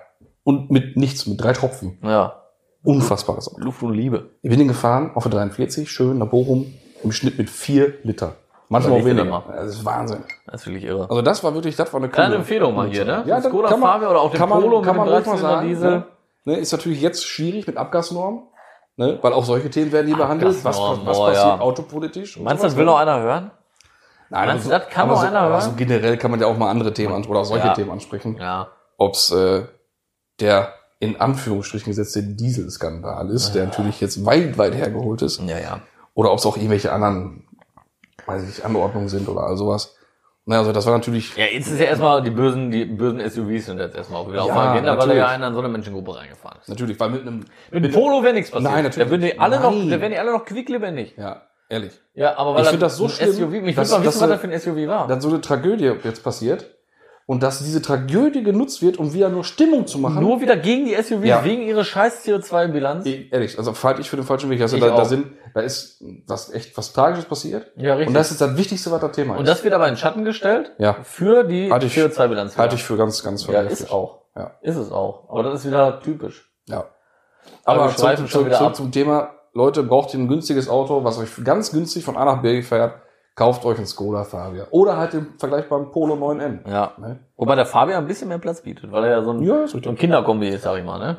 Speaker 1: Und mit nichts, mit drei Tropfen.
Speaker 2: Ja,
Speaker 1: Unfassbares Auto.
Speaker 2: Luft und Liebe.
Speaker 1: Ich bin den gefahren auf der 43, schön nach Bochum, im Schnitt mit vier Liter. Manchmal auch
Speaker 2: Überleg dir
Speaker 1: weniger.
Speaker 2: das
Speaker 1: Das ist Wahnsinn.
Speaker 2: Das ist wirklich irre.
Speaker 1: Also das war wirklich, das war eine
Speaker 2: Kleine
Speaker 1: coole-
Speaker 2: Empfehlung mal hier, ne?
Speaker 1: Ja,
Speaker 2: Ein
Speaker 1: das
Speaker 2: Skoda
Speaker 1: kann man,
Speaker 2: Fabia oder auch den
Speaker 1: kann man,
Speaker 2: Polo
Speaker 1: kann
Speaker 2: mit
Speaker 1: man
Speaker 2: dem
Speaker 1: ruhig mal
Speaker 2: 13er
Speaker 1: sagen,
Speaker 2: Diesel.
Speaker 1: Ne? Ne, ist natürlich jetzt schwierig mit Abgasnormen, ne? weil auch solche Themen werden hier behandelt. Was,
Speaker 2: Abgasnormen,
Speaker 1: was, was
Speaker 2: boah,
Speaker 1: passiert
Speaker 2: ja.
Speaker 1: autopolitisch? und
Speaker 2: Meinst du, das
Speaker 1: sowas,
Speaker 2: will
Speaker 1: ne?
Speaker 2: noch einer hören?
Speaker 1: Nein,
Speaker 2: meinst
Speaker 1: aber
Speaker 2: du, das kann
Speaker 1: aber
Speaker 2: noch
Speaker 1: so,
Speaker 2: einer
Speaker 1: aber
Speaker 2: hören?
Speaker 1: so generell kann man ja auch mal andere Themen ansprechen oder auch solche
Speaker 2: Ja.
Speaker 1: Themen ansprechen.
Speaker 2: Ja.
Speaker 1: Ob's äh, der in Anführungsstrichen gesetzte Dieselskandal ist, der natürlich jetzt weit, weit hergeholt ist.
Speaker 2: Ja, ja.
Speaker 1: Oder ob es auch irgendwelche anderen, weiß ich, nicht, Anordnungen sind oder all sowas. Naja, also das war natürlich.
Speaker 2: Ja, jetzt ist ja erstmal die bösen, die bösen SUVs sind jetzt erstmal auch wieder auf
Speaker 1: Ja,
Speaker 2: der Agenda, weil da
Speaker 1: natürlich.
Speaker 2: ja einer in so eine Menschengruppe reingefahren ist.
Speaker 1: Natürlich, weil mit einem.
Speaker 2: Mit dem Polo wäre nichts passiert.
Speaker 1: Nein, natürlich
Speaker 2: Da würden die alle noch,
Speaker 1: nicht.
Speaker 2: da wären die alle noch quicklebendig.
Speaker 1: Ja, ehrlich.
Speaker 2: Ja, aber weil
Speaker 1: Ich find das so
Speaker 2: ein
Speaker 1: schlimm,
Speaker 2: SUV, ich
Speaker 1: dass-
Speaker 2: würde mal
Speaker 1: dass
Speaker 2: wissen,
Speaker 1: du-
Speaker 2: was das für ein SUV war.
Speaker 1: Dann so eine Tragödie jetzt passiert. Und dass diese Tragödie genutzt wird, um wieder nur Stimmung zu machen.
Speaker 2: Nur wieder gegen die SUVs,
Speaker 1: Ja.
Speaker 2: wegen ihrer scheiß CO2-Bilanz.
Speaker 1: Ich- Ehrlich, also fahrt ich für den falschen Weg. Also
Speaker 2: Ich
Speaker 1: da, da,
Speaker 2: auch.
Speaker 1: sind, da ist was echt was Tragisches passiert.
Speaker 2: Ja, richtig.
Speaker 1: Und das ist das Wichtigste, was das Thema
Speaker 2: Und
Speaker 1: ist.
Speaker 2: das wird aber in Schatten gestellt
Speaker 1: Ja.
Speaker 2: für die
Speaker 1: Halte Halt ich-
Speaker 2: CO2-Bilanz.
Speaker 1: halte ich für ganz, ganz
Speaker 2: ja,
Speaker 1: verwerflich.
Speaker 2: ist auch.
Speaker 1: Ja.
Speaker 2: Ist es auch. Aber das ist wieder typisch.
Speaker 1: Ja. Aber
Speaker 2: Aber wir schweifen
Speaker 1: zurück,
Speaker 2: schon
Speaker 1: zurück,
Speaker 2: wieder
Speaker 1: zurück
Speaker 2: ab.
Speaker 1: zum Thema, Leute, braucht ihr ein günstiges Auto, was euch ganz günstig von A nach B fährt, kauft euch einen Skoda Fabia. Oder halt den vergleichbaren Polo 9N.
Speaker 2: Ja.
Speaker 1: Ne?
Speaker 2: Wobei der Fabian ein bisschen mehr Platz bietet, weil er ja so ein,
Speaker 1: Ja, ist
Speaker 2: so
Speaker 1: richtig.
Speaker 2: ein Kinderkombi ist, sag ich mal, ne?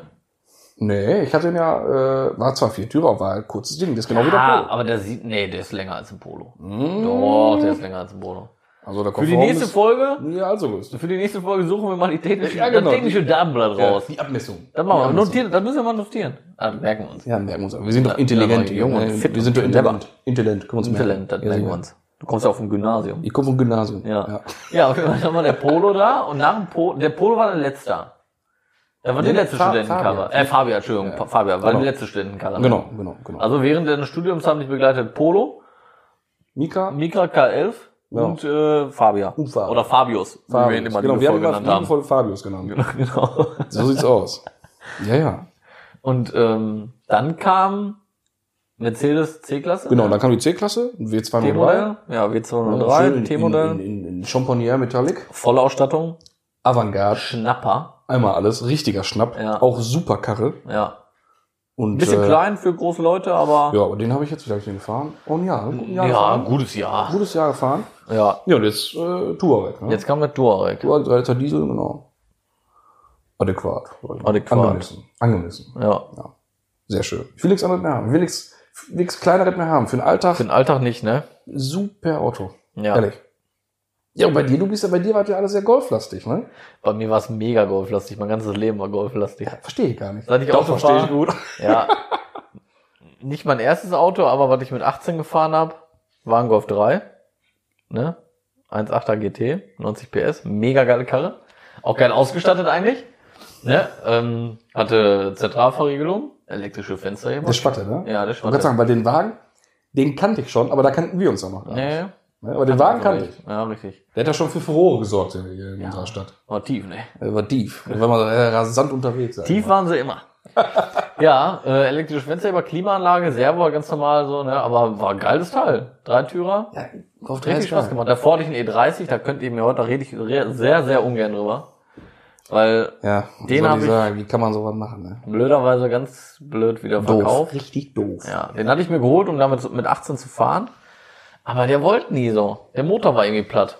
Speaker 1: Nee, ich hatte ihn ja, äh, war zwar vier Türer, aber war halt kurzes Ding, das ist genau wie
Speaker 2: ah,
Speaker 1: der
Speaker 2: aber der sieht, nee, der ist länger als ein Polo.
Speaker 1: Polo. Mhm.
Speaker 2: Doch, der ist länger als ein Polo.
Speaker 1: Also da
Speaker 2: Für
Speaker 1: kommt
Speaker 2: die nächste Folge,
Speaker 1: Ja, also größte.
Speaker 2: für die nächste Folge suchen wir mal die technische,
Speaker 1: Ja, genau.
Speaker 2: das technische Datenblatt raus.
Speaker 1: die Abmessung.
Speaker 2: Dann machen wir,
Speaker 1: Die Abmessung.
Speaker 2: notieren, dann müssen wir mal notieren. Ah, merken wir uns.
Speaker 1: Ja, merken wir uns. aber. Wir sind doch intelligent,
Speaker 2: ja,
Speaker 1: Junge.
Speaker 2: ja, ja, fit
Speaker 1: wir sind doch
Speaker 2: und
Speaker 1: intelligent. Intelligent, können wir uns merken.
Speaker 2: Talent, das merken wir uns. Du kommst ja auf dem Gymnasium.
Speaker 1: Ich komme vom Gymnasium.
Speaker 2: Ja. Ja, auf jeden Fall dann war der Polo da und nach dem Polo, der Polo war der letzte. Da war die
Speaker 1: Nee,
Speaker 2: letzte
Speaker 1: Fa-
Speaker 2: Studentenkarre.
Speaker 1: Fabian.
Speaker 2: Äh, Fabian, Entschuldigung,
Speaker 1: Ja.
Speaker 2: Fa- Fabian, war die
Speaker 1: Genau.
Speaker 2: letzte Studentenkarre.
Speaker 1: Genau, genau, genau.
Speaker 2: Also während deines Studiums haben dich begleitet Polo,
Speaker 1: Mika,
Speaker 2: Mika K11
Speaker 1: Genau.
Speaker 2: und äh, Fabian.
Speaker 1: Und Fabian.
Speaker 2: Oder Fabius, wie wir ihn immer
Speaker 1: genau, wir
Speaker 2: liebevoll
Speaker 1: haben
Speaker 2: genannt
Speaker 1: immer
Speaker 2: haben.
Speaker 1: liebevoll Fabius genannt.
Speaker 2: Genau.
Speaker 1: So sieht's aus. Ja, ja.
Speaker 2: Und ähm, dann kam Mercedes C-Klasse.
Speaker 1: Genau, dann kam die C-Klasse, ein W203.
Speaker 2: T-Modell. Ja,
Speaker 1: Schön
Speaker 2: W203,
Speaker 1: in- In,
Speaker 2: T-Modell.
Speaker 1: in, in Champagner Metallic.
Speaker 2: Vollausstattung.
Speaker 1: Avantgarde.
Speaker 2: Schnapper.
Speaker 1: Einmal alles. Richtiger Schnapp.
Speaker 2: Ja.
Speaker 1: Auch super Karre.
Speaker 2: Ja.
Speaker 1: Und,
Speaker 2: Ein bisschen
Speaker 1: äh,
Speaker 2: klein für große Leute, aber
Speaker 1: Ja, aber den habe ich jetzt, wie habe ich den gefahren? Oh ein Jahr. Ein
Speaker 2: ja,
Speaker 1: Jahr gefahren.
Speaker 2: gutes Jahr.
Speaker 1: Gutes Jahr gefahren.
Speaker 2: Ja,
Speaker 1: Ja, und jetzt äh, Touareg. Ne?
Speaker 2: jetzt kam der Tuareg.
Speaker 1: Touareg, 3 Liter Diesel, genau. Adäquat. sag ich mal.
Speaker 2: Adäquat.
Speaker 1: Angemessen. Angemessen.
Speaker 2: Ja,
Speaker 1: Sehr schön. Ich will nichts anderes mehr haben. Ich will nichts, nichts kleineres mehr haben. Für den Alltag
Speaker 2: für den Alltag nicht, ne?
Speaker 1: super Auto.
Speaker 2: Ja.
Speaker 1: Ehrlich. Ja, und bei dir, du bist ja, bei dir war ja alles sehr golflastig, ne?
Speaker 2: Bei mir war es mega golflastig. Mein ganzes Leben war golflastig.
Speaker 1: Verstehe ich gar nicht.
Speaker 2: Seit ich
Speaker 1: Doch,
Speaker 2: Auto
Speaker 1: verstehe ich
Speaker 2: fahre.
Speaker 1: gut.
Speaker 2: Ja. Nicht mein erstes Auto, aber was ich mit 18 gefahren hab, war ein Golf 3. Ne? 1.8er GT, 90 PS. Mega geile Karre. Auch geil ausgestattet eigentlich. Ne? Ähm, hatte Zentralverriegelung, elektrische Fensterheber.
Speaker 1: Der Spatte, ne?
Speaker 2: ja, das
Speaker 1: Ich wollte gerade
Speaker 2: Spatte.
Speaker 1: sagen, bei den Wagen, den kannte ich schon, aber da kannten wir uns ja noch gar nicht.
Speaker 2: Nee,
Speaker 1: Ne? Aber den Wagen kannte ich.
Speaker 2: richtig. Ja, richtig.
Speaker 1: Der hat ja schon für Furore gesorgt in, in unserer Stadt.
Speaker 2: War tief, ne?
Speaker 1: Er war tief. Er war mal äh, rasant unterwegs. sag ich
Speaker 2: Tief
Speaker 1: mal.
Speaker 2: waren sie immer. ja, äh, elektrische Fensterheber, Klimaanlage, Servo, ganz normal so, ne? Aber war ein geiles Teil. Dreitürer.
Speaker 1: Ja, auf
Speaker 2: Hat richtig Spaß gemacht. Davor hatte ich einen E30, da könnt ihr mir heute, da rede ich re- sehr, sehr ungern drüber. Weil
Speaker 1: Ja,
Speaker 2: Den
Speaker 1: den
Speaker 2: hab
Speaker 1: habe ich.
Speaker 2: ich-
Speaker 1: Sagen, wie kann man sowas machen, ne?
Speaker 2: blöderweise ganz blöd wieder verkauft.
Speaker 1: Richtig doof.
Speaker 2: Ja, den hatte ich mir geholt, um damit so- mit 18 zu fahren. Aber der wollte nie so. Der Motor war irgendwie platt.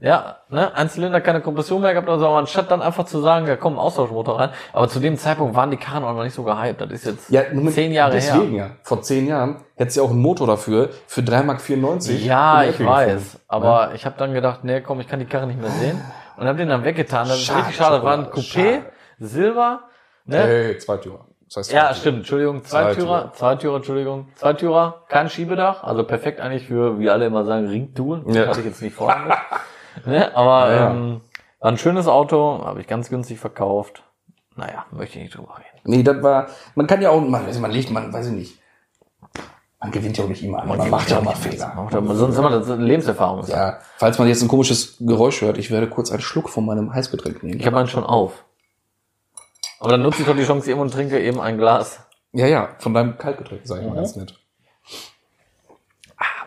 Speaker 2: Ja, ne, ein Zylinder keine Kompression mehr gehabt, also aber anstatt dann einfach zu sagen, ja komm, Austauschmotor rein. Aber zu dem Zeitpunkt waren die Karren auch noch nicht so gehypt. Das ist jetzt
Speaker 1: Ja, nur mit-
Speaker 2: zehn Jahre her.
Speaker 1: deswegen ja. Vor zehn Jahren hättest du ja auch einen Motor dafür, für 3,94 Mark.
Speaker 2: Ja,
Speaker 1: in
Speaker 2: ich
Speaker 1: Epping
Speaker 2: weiß.
Speaker 1: gefunden.
Speaker 2: Aber ich habe dann gedacht, nee, komm, ich kann die Karre nicht mehr sehen. Und habe den dann weggetan. Das ist
Speaker 1: Schade,
Speaker 2: richtig schade. War ein
Speaker 1: Schokolade,
Speaker 2: Coupé,
Speaker 1: schade.
Speaker 2: Silber.
Speaker 1: Ja.
Speaker 2: Ne?
Speaker 1: Hey, Zweitürer. Das heißt
Speaker 2: ja,
Speaker 1: Zweitürer.
Speaker 2: stimmt. Entschuldigung. Zweitürer,
Speaker 1: Zweitürer.
Speaker 2: Zweitürer, Entschuldigung. Zweitürer, kein Schiebedach. Also perfekt eigentlich für, wie alle immer sagen, Ringtool.
Speaker 1: Ja.
Speaker 2: Hatte ich jetzt nicht vor. ne? Aber
Speaker 1: Ja, ja.
Speaker 2: Ähm, war ein schönes Auto. Habe ich ganz günstig verkauft. Naja, möchte ich nicht drüber reden.
Speaker 1: Nee, das war, man kann ja auch, man, weiß ich, man legt, man, weiß ich nicht. Man gewinnt ja auch nicht immer. Man, macht ja auch mal Fehler.
Speaker 2: Macht aber- Sonst immer das ist eine Lebenserfahrung.
Speaker 1: Ja, falls man jetzt ein komisches Geräusch hört, ich werde kurz einen Schluck von meinem Heißgetränk nehmen.
Speaker 2: Ich habe meinen schon auf. Aber dann nutze ich doch die Chance eben und trinke eben ein Glas.
Speaker 1: Ja, ja, von deinem Kaltgetränk, sag ich mal ganz nett.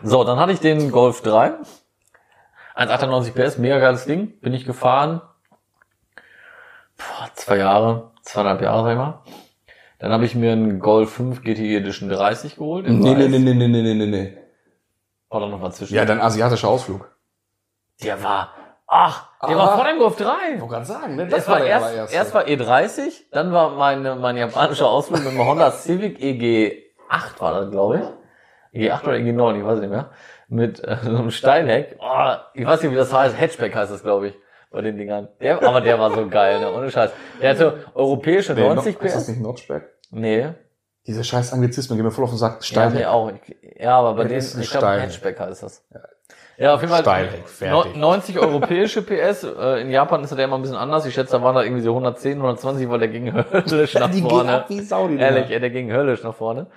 Speaker 2: So, dann hatte ich den Golf 3. 1,98 PS, mega geiles Ding. Bin ich gefahren. Boah, zwei Jahre, zweieinhalb Jahre, sag ich mal. Dann habe ich mir einen Golf 5 GTI E Edition 30 geholt. in
Speaker 1: Nee, nee,
Speaker 2: Weiß.
Speaker 1: nee, nee, nee, nee, nee, nee.
Speaker 2: War doch noch was zwischen.
Speaker 1: Ja, dein asiatischer Ausflug.
Speaker 2: Der war, ach, der
Speaker 1: Ah.
Speaker 2: war vor dem Golf 3.
Speaker 1: wollte gerade sagen, ne?
Speaker 2: Das war erst, erst war E30, dann war meine, mein japanischer Ausflug mit dem Honda Civic EG8 war das, glaube ich. EG8 oder EG9, ich weiß nicht mehr. Mit äh, so einem Steinheck. Oh, ich weiß nicht, wie das heißt. Hatchback heißt das, glaube ich, bei den Dingern. Der, aber der war so geil, ne? ohne Scheiß. Der hatte europäische 90
Speaker 1: Ist das
Speaker 2: PS.
Speaker 1: nicht Notchback?
Speaker 2: Nee,
Speaker 1: Diese scheiß Anglizismen gehen mir voll auf den Sack.
Speaker 2: ja,
Speaker 1: Stein.
Speaker 2: mir auch. Ich, ja, aber bei
Speaker 1: Ja, das
Speaker 2: denen,
Speaker 1: ist ein
Speaker 2: ich glaube,
Speaker 1: Steinheck.
Speaker 2: Hatchback heißt das. Ja, auf jeden Fall.
Speaker 1: Steinheck, fertig.
Speaker 2: neun- 90 europäische PS. Äh, in Japan ist das ja immer ein bisschen anders. Ich schätze, da waren da irgendwie so 110, 120, weil der ging höllisch nach
Speaker 1: die gehen
Speaker 2: vorne.
Speaker 1: ab wie Sau, die
Speaker 2: Ehrlich,
Speaker 1: Dinger.
Speaker 2: ja, der ging höllisch nach vorne.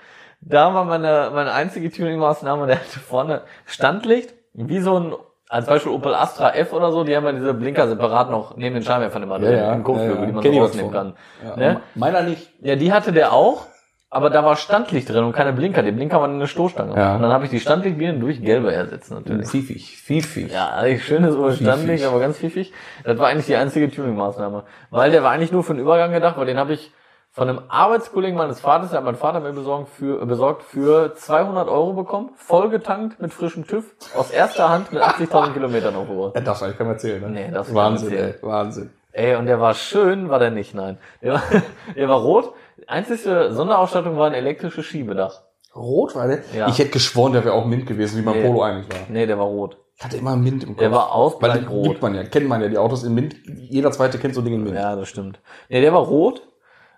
Speaker 2: Da war meine, meine einzige Tuning-Maßnahme, der hatte vorne Standlicht, wie so ein, als Beispiel Opel Astra F oder so, die haben ja diese Blinker separat noch neben den Scheinwerfern immer drin, im Kotflügel, die man
Speaker 1: Kenn
Speaker 2: so
Speaker 1: ich was
Speaker 2: rausnehmen
Speaker 1: von.
Speaker 2: kann.
Speaker 1: Ja,
Speaker 2: Ne?
Speaker 1: Meiner nicht.
Speaker 2: Ja, die hatte der auch, aber da war Standlicht drin und keine Blinker. Die Blinker waren in der Stoßstange.
Speaker 1: Ja.
Speaker 2: Und dann habe ich die Standlichtbirnen durch gelbe ersetzt natürlich.
Speaker 1: Fiefig, fiefig.
Speaker 2: Ja, eigentlich schönes Standlicht,
Speaker 1: Fiefig.
Speaker 2: aber ganz pfiffig. Das war eigentlich die einzige Tuning-Maßnahme. Weil der war eigentlich nur für den Übergang gedacht, weil den habe ich von einem Arbeitskollegen meines Vaters, der hat mein Vater mir besorgt für, äh, besorgt für 200 Euro bekommen, vollgetankt mit frischem TÜV, aus erster Hand mit 80.000 Kilometern hochgeholt.
Speaker 1: Er darf eigentlich keinem erzählen, ne?
Speaker 2: Nee, darfst du
Speaker 1: Wahnsinn,
Speaker 2: keinem erzählen.
Speaker 1: ey, Wahnsinn.
Speaker 2: Ey, und der war schön, war der nicht, nein. Der war, der war rot. Einzige Sonderausstattung war ein elektrisches Schiebedach.
Speaker 1: Rot war der?
Speaker 2: Ja.
Speaker 1: Ich hätte geschworen, der wäre auch mint gewesen, wie mein
Speaker 2: Nee.
Speaker 1: Polo eigentlich war.
Speaker 2: Nee, der war rot.
Speaker 1: Ich hatte immer Mint im Kopf.
Speaker 2: Der war aus
Speaker 1: Weil die
Speaker 2: rot.
Speaker 1: gibt man ja, kennt man ja, die Autos in Mint. Jeder zweite kennt so Dinge in Mint.
Speaker 2: Ja, das stimmt. Nee, der war rot.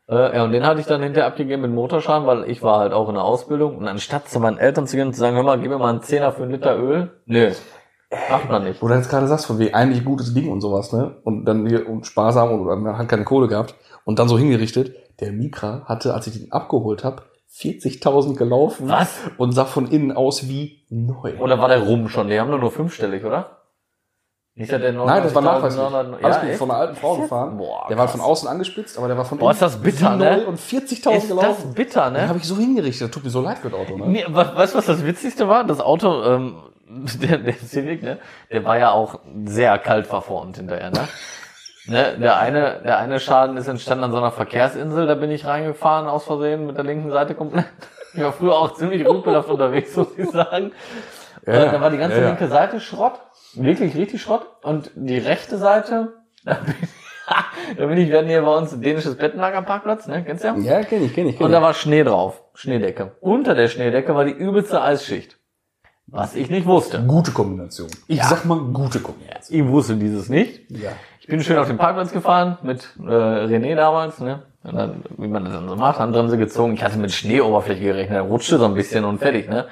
Speaker 2: Äh, ja, und den hatte ich dann hinterher abgegeben mit Motorschaden, weil ich war halt auch in der Ausbildung. Und anstatt zu meinen Eltern zu gehen und zu sagen, hör mal, gib mir mal einen Zehner für einen Liter Öl. Nö. Macht man nicht.
Speaker 1: Wo du jetzt gerade sagst, von wegen eigentlich gutes Ding und sowas, ne? Und dann hier und sparsam und, und man hat keine Kohle gehabt und dann so hingerichtet. Der Mikra hatte, als ich den abgeholt habe, 40.000 gelaufen
Speaker 2: Was?
Speaker 1: und sah von innen aus wie neu.
Speaker 2: Oder war der rum schon? Die haben doch nur fünfstellig, oder? Nicht, dass der
Speaker 1: Nein, das war nachweislich.
Speaker 2: 900
Speaker 1: Alles
Speaker 2: Ja,
Speaker 1: gut,
Speaker 2: echt?
Speaker 1: von einer alten Frau gefahren.
Speaker 2: Boah,
Speaker 1: der war
Speaker 2: krass.
Speaker 1: von außen angespitzt, aber der war von
Speaker 2: Boah, ist das bitter,
Speaker 1: wie
Speaker 2: ne?
Speaker 1: neu und 40.000
Speaker 2: Ist
Speaker 1: gelaufen.
Speaker 2: das bitter, ne?
Speaker 1: Den habe ich so hingerichtet. Tut mir so leid für das Auto, ne?
Speaker 2: Nee, was, weißt du, was das Witzigste war? Das Auto, ähm, der, der Civic, ne? Der war ja auch sehr kalt verformt hinterher, ne? Ne, der eine, der eine Schaden ist entstanden an so einer Verkehrsinsel, da bin ich reingefahren aus Versehen mit der linken Seite komplett. Ich war früher auch ziemlich rüpelhaft unterwegs, muss ich sagen.
Speaker 1: Ja,
Speaker 2: Äh, da war die ganze
Speaker 1: ja, ja.
Speaker 2: linke Seite Schrott, wirklich richtig Schrott. Und die rechte Seite, da bin, da bin ich, wir hatten hier bei uns ein dänisches Bettenlagerparkplatz, ne, kennst du ja?
Speaker 1: Ja, kenne ich, kenne ich, kenn
Speaker 2: Und
Speaker 1: ich.
Speaker 2: da war Schnee drauf, Schneedecke. Unter der Schneedecke war die übelste Eisschicht. Was ich nicht wusste.
Speaker 1: Gute Kombination. Ich
Speaker 2: Ja.
Speaker 1: sag mal, gute Kombination.
Speaker 2: Ich wusste dieses nicht.
Speaker 1: Ja.
Speaker 2: Ich bin schön auf den Parkplatz gefahren mit äh, René damals, ne? Und dann, wie man das dann so macht, haben Bremse gezogen. Ich hatte mit Schneeoberfläche gerechnet, dann rutschte so ein bisschen und fertig, ne?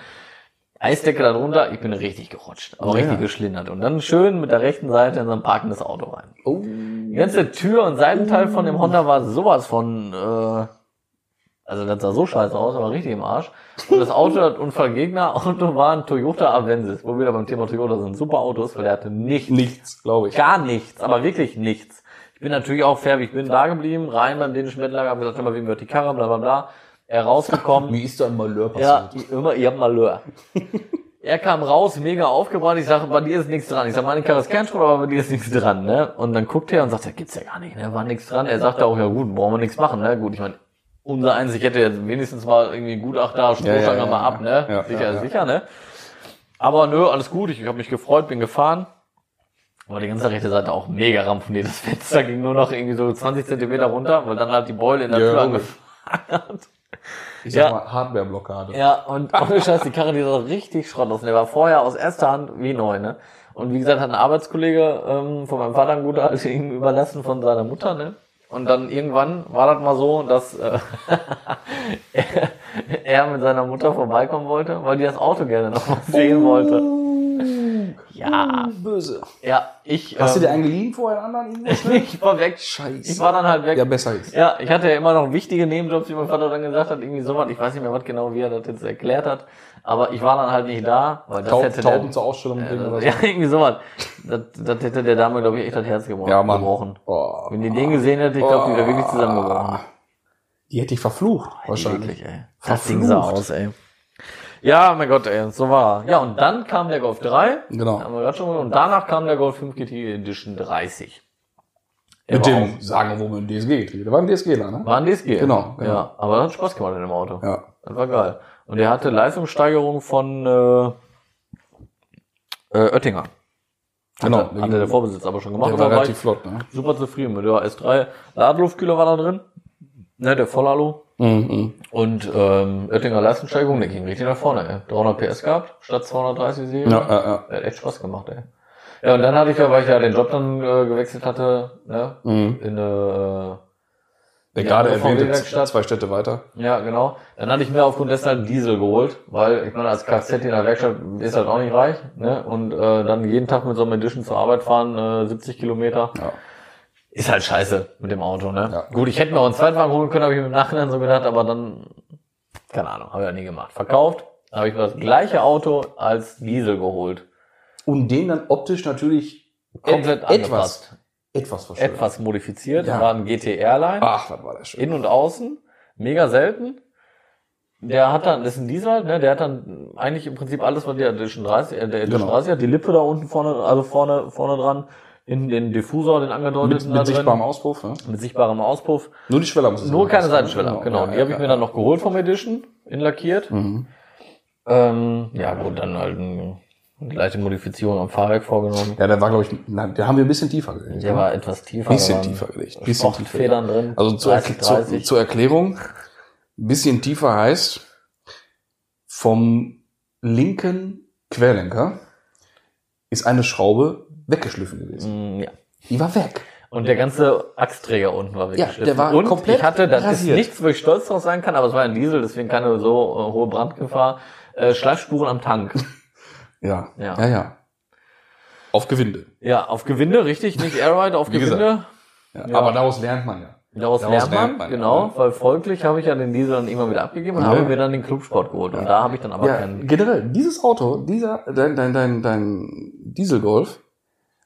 Speaker 2: Eisdecke da drunter, ich bin richtig gerutscht,
Speaker 1: Ja.
Speaker 2: aber richtig geschlindert. Und dann schön mit der rechten Seite in so ein parkendes Auto rein.
Speaker 1: Oh.
Speaker 2: Die ganze Tür und Seitenteil von dem Honda war sowas von, äh, also das sah so scheiße aus, aber richtig im Arsch. Und das Auto, das Unfallgegner-Auto war ein Toyota Avensis, wo wir da beim Thema Toyota sind. Super Autos, weil der hatte nichts
Speaker 1: Nichts, glaube ich.
Speaker 2: Gar nichts, aber wirklich nichts. Ich bin natürlich auch fair, wie ich bin da geblieben, rein beim dänischen Bettlager, hab gesagt, hör mal, wem wird die Karre, bla bla bla. Er rausgekommen.
Speaker 1: Mir ist da ein Malheur
Speaker 2: ja,
Speaker 1: passiert.
Speaker 2: immer, ihr habt Malheur. er kam raus, mega aufgebrannt. Ich sage, bei dir ist nichts dran. Ich sage, meine Karre ist Kernschrott, aber bei dir ist nichts dran, ne? Und dann guckt er und sagt, ja, gibt's ja gar nicht, ne? War nichts dran. Er sagte auch, ja gut, brauchen wir nichts machen, ne? Gut, ich meine, unser eins, ich hätte jetzt wenigstens mal irgendwie einen Gutachter, Strohstange
Speaker 1: Ja, ja, ja,
Speaker 2: mal
Speaker 1: ja.
Speaker 2: ab, ne?
Speaker 1: Ja,
Speaker 2: sicher
Speaker 1: ja,
Speaker 2: ist
Speaker 1: ja.
Speaker 2: sicher, ne? Aber nö, alles gut. Ich, ich habe mich gefreut, bin gefahren. Aber die ganze rechte Seite auch mega ramponiert. Das Fenster ging nur noch irgendwie so 20 Zentimeter runter, weil dann halt die Beule in der
Speaker 1: Ja,
Speaker 2: Tür
Speaker 1: logisch.
Speaker 2: angefangen hat.
Speaker 1: Ich sag
Speaker 2: Ja.
Speaker 1: mal, Hardware-Blockade.
Speaker 2: Ja, und ohne Scheiß, die Karre, die sah richtig Schrott aus. Und Der war vorher aus erster Hand wie neu, ne? Und wie gesagt, hat ein Arbeitskollege ähm, von meinem Vater ein guter Alte ihm überlassen von seiner Mutter, ne? Und dann irgendwann war das mal so, dass äh, er, er mit seiner Mutter vorbeikommen wollte, weil die das Auto gerne noch mal sehen
Speaker 1: Oh.
Speaker 2: wollte. Ja.
Speaker 1: Böse.
Speaker 2: Ja, ich.
Speaker 1: Hast du dir
Speaker 2: ähm,
Speaker 1: einen geliehen vorher einen anderen irgendwo?
Speaker 2: ich war weg.
Speaker 1: Scheiße.
Speaker 2: Ich war dann halt weg.
Speaker 1: ja, besser ist.
Speaker 2: Ja, ich hatte ja immer noch wichtige Nebenjobs, wie mein Vater dann gesagt hat, irgendwie sowas. Ich weiß nicht mehr, was genau, wie er das jetzt erklärt hat. Aber ich war dann halt nicht da, weil das
Speaker 1: Taub,
Speaker 2: hätte
Speaker 1: Tauben
Speaker 2: der,
Speaker 1: zur Ausstellung bringen oder
Speaker 2: äh,
Speaker 1: so.
Speaker 2: ja, irgendwie sowas. Das, das hätte der Dame, glaube ich, echt das Herz gebrochen.
Speaker 1: Ja, Mann.
Speaker 2: gebrochen.
Speaker 1: Oh.
Speaker 2: Wenn die den gesehen hätte, ich glaube, die wäre wirklich zusammengebrochen.
Speaker 1: Die hätte ich verflucht, wahrscheinlich.
Speaker 2: Wirklich, ey. Das Ding sah
Speaker 1: Verflucht.
Speaker 2: aus, ey. Ja, mein Gott, ey, so war er. Ja, und dann kam der Golf 3.
Speaker 1: Genau.
Speaker 2: Haben wir grad schon mal- Und danach kam der Golf 5 GT Edition 30. Er
Speaker 1: Mit
Speaker 2: war
Speaker 1: dem sagen, wo man DSG Da war ein DSGler,
Speaker 2: auch-
Speaker 1: ne?
Speaker 2: War ein DSG.
Speaker 1: Genau, genau.
Speaker 2: Ja, aber das hat Spaß gemacht in dem Auto.
Speaker 1: Ja.
Speaker 2: Das war geil. Und er hatte Leistungssteigerung von äh, äh, Oettinger.
Speaker 1: Genau.
Speaker 2: Hatte, hatte der Vorbesitz aber schon gemacht.
Speaker 1: der war
Speaker 2: aber war
Speaker 1: relativ
Speaker 2: ich
Speaker 1: flott, ne?
Speaker 2: super zufrieden mit. Ja, S3 Ladeluftkühler war da drin. Ne, der Vollalu.
Speaker 1: Mhm.
Speaker 2: Und ähm, Oettinger Leistungssteigerung, der ging richtig nach vorne. Ey. 300 PS gehabt, statt 230 Serie.
Speaker 1: Ja, ja, ja.
Speaker 2: Der hat echt Spaß gemacht, ey. Ja, und dann hatte ich ja, weil ich ja den Job dann äh, gewechselt hatte, ne,
Speaker 1: Mhm.
Speaker 2: in eine äh,
Speaker 1: Der
Speaker 2: Die
Speaker 1: gerade
Speaker 2: andere
Speaker 1: erwähnte
Speaker 2: VW-Werkstatt.
Speaker 1: zwei Städte weiter.
Speaker 2: Ja, genau. Dann hatte ich mir aufgrund dessen halt Diesel geholt, weil ich meine, als Kfz in der Werkstatt ist halt auch nicht reich. Ne? Und äh, dann jeden Tag mit so einem Edition zur Arbeit fahren, äh, 70 Kilometer,
Speaker 1: Ja.
Speaker 2: ist halt scheiße mit dem Auto. Ne?
Speaker 1: Ja.
Speaker 2: Gut, ich hätte mir auch einen Zweitwagen holen können, habe ich mir im Nachhinein so gedacht, aber dann, keine Ahnung, habe ich ja nie gemacht. Verkauft, habe ich mir das gleiche Auto als Diesel geholt.
Speaker 1: Und den dann optisch natürlich
Speaker 2: Komplett
Speaker 1: et- etwas,
Speaker 2: angepasst.
Speaker 1: etwas verschönert.
Speaker 2: Etwas modifiziert,
Speaker 1: Ja.
Speaker 2: war ein GT-Airline.
Speaker 1: Ach, das war der schön.
Speaker 2: Innen und außen, mega selten. Der hat dann, das ist ein Diesel, ne, der hat dann eigentlich im Prinzip alles, was der Edition 30, äh, der Edition
Speaker 1: Genau.
Speaker 2: 30 hat, die Lippe da unten vorne, also vorne, vorne dran, in den Diffusor, den
Speaker 1: Mit,
Speaker 2: angedeuteten
Speaker 1: mit
Speaker 2: da
Speaker 1: sichtbarem
Speaker 2: drin,
Speaker 1: Auspuff, ne?
Speaker 2: mit sichtbarem Auspuff.
Speaker 1: Nur die Schweller muss es
Speaker 2: Nur
Speaker 1: sein.
Speaker 2: keine Seitenschweller,
Speaker 1: ja,
Speaker 2: genau. die habe
Speaker 1: ja,
Speaker 2: ich mir dann noch geholt vom Edition, in lackiert.
Speaker 1: Mhm.
Speaker 2: Ähm, ja gut, dann halt eine leichte Modifizierung am Fahrwerk vorgenommen.
Speaker 1: Ja, der war, glaube ich, nein, der haben wir ein bisschen tiefer gelegt.
Speaker 2: Der
Speaker 1: ne?
Speaker 2: war etwas tiefer.
Speaker 1: bisschen
Speaker 2: da waren
Speaker 1: tiefer gelegt. Bisschen tiefer.
Speaker 2: Sportfedern drin.
Speaker 1: Also zur,
Speaker 2: 30, 30.
Speaker 1: Zur, zur Erklärung, ein bisschen tiefer heißt vom linken Querlenker ist eine Schraube weggeschliffen gewesen.
Speaker 2: Mm, ja.
Speaker 1: Die war weg.
Speaker 2: Und der ganze Axtträger unten war wirklich
Speaker 1: der war
Speaker 2: und
Speaker 1: komplett
Speaker 2: ich hatte, das
Speaker 1: rasiert.
Speaker 2: ist nichts, wo ich stolz drauf sein kann, aber es war ein Diesel, deswegen keine so äh, hohe Brandgefahr. Äh, Schleifspuren am Tank.
Speaker 1: Ja,
Speaker 2: Ja.
Speaker 1: ja. ja. Auf Gewinde.
Speaker 2: ja, auf Gewinde, richtig, nicht Airride, auf
Speaker 1: Wie gesagt.
Speaker 2: Gewinde.
Speaker 1: Ja,
Speaker 2: Ja.
Speaker 1: Aber daraus lernt man ja.
Speaker 2: Daraus,
Speaker 1: Daraus
Speaker 2: lernt man,
Speaker 1: lernt man,
Speaker 2: genau,
Speaker 1: ja.
Speaker 2: weil folglich habe ich ja den Diesel dann irgendwann wieder abgegeben und
Speaker 1: Ja.
Speaker 2: habe mir dann den Clubsport geholt. Und da habe ich dann aber
Speaker 1: ja
Speaker 2: keinen.
Speaker 1: generell, dieses Auto, dieser, dein, dein, dein, dein Dieselgolf,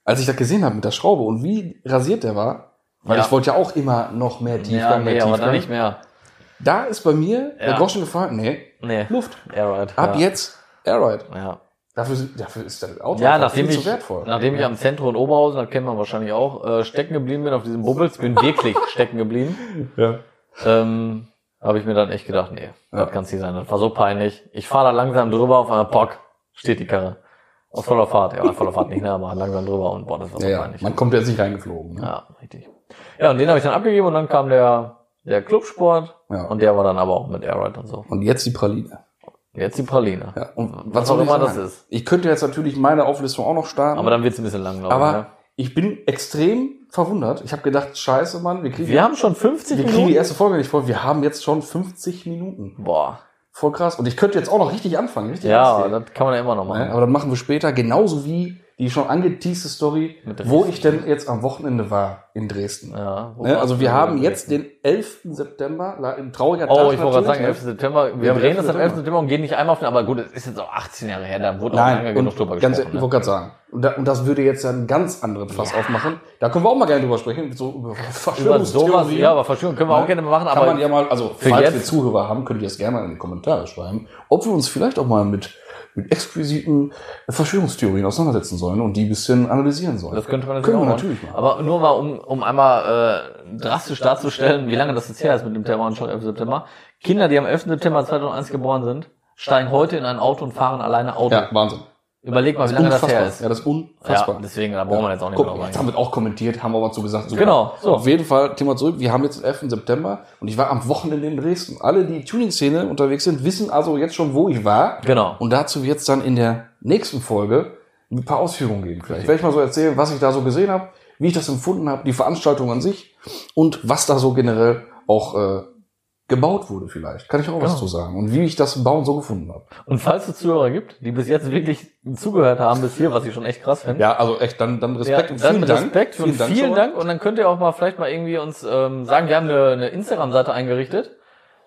Speaker 1: als ich das gesehen habe mit der Schraube und wie rasiert der war, weil
Speaker 2: Ja.
Speaker 1: ich wollte ja auch immer noch mehr Tiefgang,
Speaker 2: Ja,
Speaker 1: mehr
Speaker 2: nee, aber dann
Speaker 1: Tiefgang.
Speaker 2: nicht mehr.
Speaker 1: Da ist bei mir der
Speaker 2: Ja.
Speaker 1: Groschen gefallen, nee,
Speaker 2: Nee,
Speaker 1: Luft.
Speaker 2: Airride.
Speaker 1: Ab
Speaker 2: ja.
Speaker 1: jetzt Airride.
Speaker 2: Ja.
Speaker 1: Dafür, sind- dafür ist das Auto
Speaker 2: Ja,
Speaker 1: einfach
Speaker 2: nachdem
Speaker 1: viel
Speaker 2: ich,
Speaker 1: zu wertvoll.
Speaker 2: nachdem ich am Zentrum in Oberhausen, das kennen wir wahrscheinlich auch, äh, stecken geblieben bin auf diesem Bubbles, bin wirklich stecken geblieben,
Speaker 1: ja.
Speaker 2: ähm, habe ich mir dann echt gedacht, nee,
Speaker 1: Ja.
Speaker 2: das kann's nicht sein, das war so peinlich. Ich fahre da langsam drüber, auf einer Pock steht die Karre. Auf voller Fahrt, ja, auf voller Fahrt nicht, ne, aber langsam drüber und boah, das war so
Speaker 1: Ja, ja,
Speaker 2: peinlich.
Speaker 1: man kommt jetzt nicht reingeflogen. Ne?
Speaker 2: Ja, richtig. Ja, und den habe ich dann abgegeben und dann kam der, der Clubsport
Speaker 1: Ja.
Speaker 2: und der war dann aber auch mit Airride und so.
Speaker 1: Und jetzt die Praline.
Speaker 2: Jetzt die Praline.
Speaker 1: Ja. Und
Speaker 2: Was auch
Speaker 1: soll ich
Speaker 2: immer das
Speaker 1: sagen?
Speaker 2: ist.
Speaker 1: Ich könnte jetzt natürlich meine Auflistung auch noch starten.
Speaker 2: Aber dann wird's ein bisschen lang, glaube
Speaker 1: aber
Speaker 2: ich. Ne?
Speaker 1: ich bin extrem verwundert. Ich habe gedacht, scheiße, Mann, wir kriegen,
Speaker 2: Wir haben schon 50
Speaker 1: wir kriegen die
Speaker 2: Minuten.
Speaker 1: erste Folge nicht voll. Wir haben jetzt schon 50 Minuten.
Speaker 2: Boah.
Speaker 1: Voll krass. Und ich könnte jetzt auch noch richtig anfangen. Richtig
Speaker 2: Ja,
Speaker 1: loslegen.
Speaker 2: das kann man ja immer noch machen.
Speaker 1: Ne? Aber dann machen wir später genauso wie die schon angeteaste Story,
Speaker 2: Mit Dresden.
Speaker 1: wo ich denn jetzt am Wochenende war in Dresden.
Speaker 2: Ja, wo
Speaker 1: Ne?
Speaker 2: war's
Speaker 1: Also wir
Speaker 2: denn?
Speaker 1: haben jetzt den 11. September, la- ein trauriger
Speaker 2: Oh,
Speaker 1: Tag
Speaker 2: ich wollte gerade
Speaker 1: natürlich,
Speaker 2: sagen,
Speaker 1: ne?
Speaker 2: 11. September. Wir
Speaker 1: Ja,
Speaker 2: reden das am 11.
Speaker 1: September.
Speaker 2: September und gehen nicht einmal auf den, aber gut, es ist jetzt auch 18 Jahre her, da wurde auch lange
Speaker 1: Nein,
Speaker 2: genug
Speaker 1: und
Speaker 2: drüber
Speaker 1: ganz,
Speaker 2: gesprochen.
Speaker 1: ich
Speaker 2: Ne?
Speaker 1: wollte gerade sagen, und, da, und das würde jetzt ja einen ganz anderen Fass aufmachen. Da können wir auch mal gerne drüber sprechen, so über
Speaker 2: Über sowas,
Speaker 1: Verschwörungstheorien.
Speaker 2: ja, aber Verschwörung können wir auch gerne mal machen,
Speaker 1: Kann
Speaker 2: aber
Speaker 1: man ja mal, also falls wir
Speaker 2: jetzt-
Speaker 1: Zuhörer haben, könnt ihr das gerne mal in die Kommentare schreiben, ob wir uns vielleicht auch mal mit, mit exquisiten Verschwörungstheorien auseinandersetzen sollen und die ein bisschen analysieren sollen.
Speaker 2: Das könnte man
Speaker 1: Können wir
Speaker 2: auch
Speaker 1: natürlich
Speaker 2: machen.
Speaker 1: machen.
Speaker 2: Aber nur mal, um, um einmal äh, drastisch darzustellen, wie lange das jetzt her ist mit dem Terroranschlag 11. September. Kinder, die am 11. September 2001 geboren sind, steigen heute in ein Auto und fahren alleine Auto.
Speaker 1: ja, Wahnsinn.
Speaker 2: Überleg mal, wie lange das her ist.
Speaker 1: Ja, das ist
Speaker 2: Ja,
Speaker 1: unfassbar.
Speaker 2: deswegen, da brauchen wir jetzt auch nicht
Speaker 1: Guck,
Speaker 2: mehr drauf
Speaker 1: jetzt
Speaker 2: eingehen.
Speaker 1: haben wir auch kommentiert, haben wir mal zu gesagt. super.
Speaker 2: Genau, so.
Speaker 1: Auf jeden Fall, Thema zurück. Wir haben jetzt den 11. September und ich war am Wochenende in Dresden. Alle, die Tuning-Szene unterwegs sind, wissen also jetzt schon, wo ich war.
Speaker 2: Genau.
Speaker 1: Und dazu wird es dann in der nächsten Folge ein paar Ausführungen geben. Vielleicht werde ich mal so erzählen, was ich da so gesehen habe, wie ich das empfunden habe, die Veranstaltung an sich und was da so generell auch äh, gebaut wurde vielleicht. Kann ich auch was
Speaker 2: Genau.
Speaker 1: zu sagen. Und wie ich das Bauen so gefunden habe.
Speaker 2: Und falls es Zuhörer gibt, die bis jetzt wirklich zugehört haben bis hier, was ich schon echt krass finde.
Speaker 1: Ja, also echt, dann, dann Respekt und
Speaker 2: dann
Speaker 1: vielen Dank.
Speaker 2: Respekt und vielen, Dank,
Speaker 1: schon mal.
Speaker 2: Und dann könnt ihr auch mal vielleicht mal irgendwie uns ähm, sagen, wir haben eine, eine Instagram-Seite eingerichtet.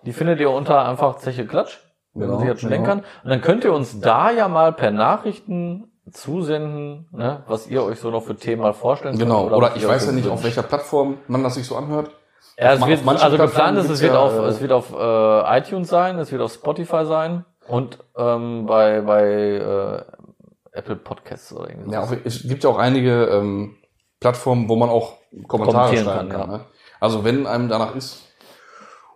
Speaker 2: Die findet ihr unter einfach Zeche Klatsch, wenn man
Speaker 1: Genau,
Speaker 2: sich jetzt schon
Speaker 1: genau.
Speaker 2: denken kann. Und dann könnt ihr uns da ja mal per Nachrichten zusenden, ne, was ihr euch so noch für Themen mal vorstellen könnt.
Speaker 1: Genau, oder,
Speaker 2: was
Speaker 1: ich
Speaker 2: ihr
Speaker 1: weiß
Speaker 2: euch
Speaker 1: ja
Speaker 2: so
Speaker 1: nicht, auf
Speaker 2: wünscht.
Speaker 1: welcher Plattform man das sich so anhört.
Speaker 2: Ja, es
Speaker 1: auf
Speaker 2: wird,
Speaker 1: manchen
Speaker 2: also
Speaker 1: Plattformen
Speaker 2: geplant ist, es
Speaker 1: gibt's
Speaker 2: wird
Speaker 1: ja,
Speaker 2: auf,
Speaker 1: äh,
Speaker 2: es wird auf äh, iTunes sein, es wird auf Spotify sein und ähm, bei, bei äh, Apple Podcasts oder irgendwie.
Speaker 1: Ja, auf, es gibt ja auch einige ähm, Plattformen, wo man auch Kommentare
Speaker 2: Kommentieren
Speaker 1: schreiben
Speaker 2: kann,
Speaker 1: kann.
Speaker 2: ja.
Speaker 1: ne? Also wenn einem danach ist,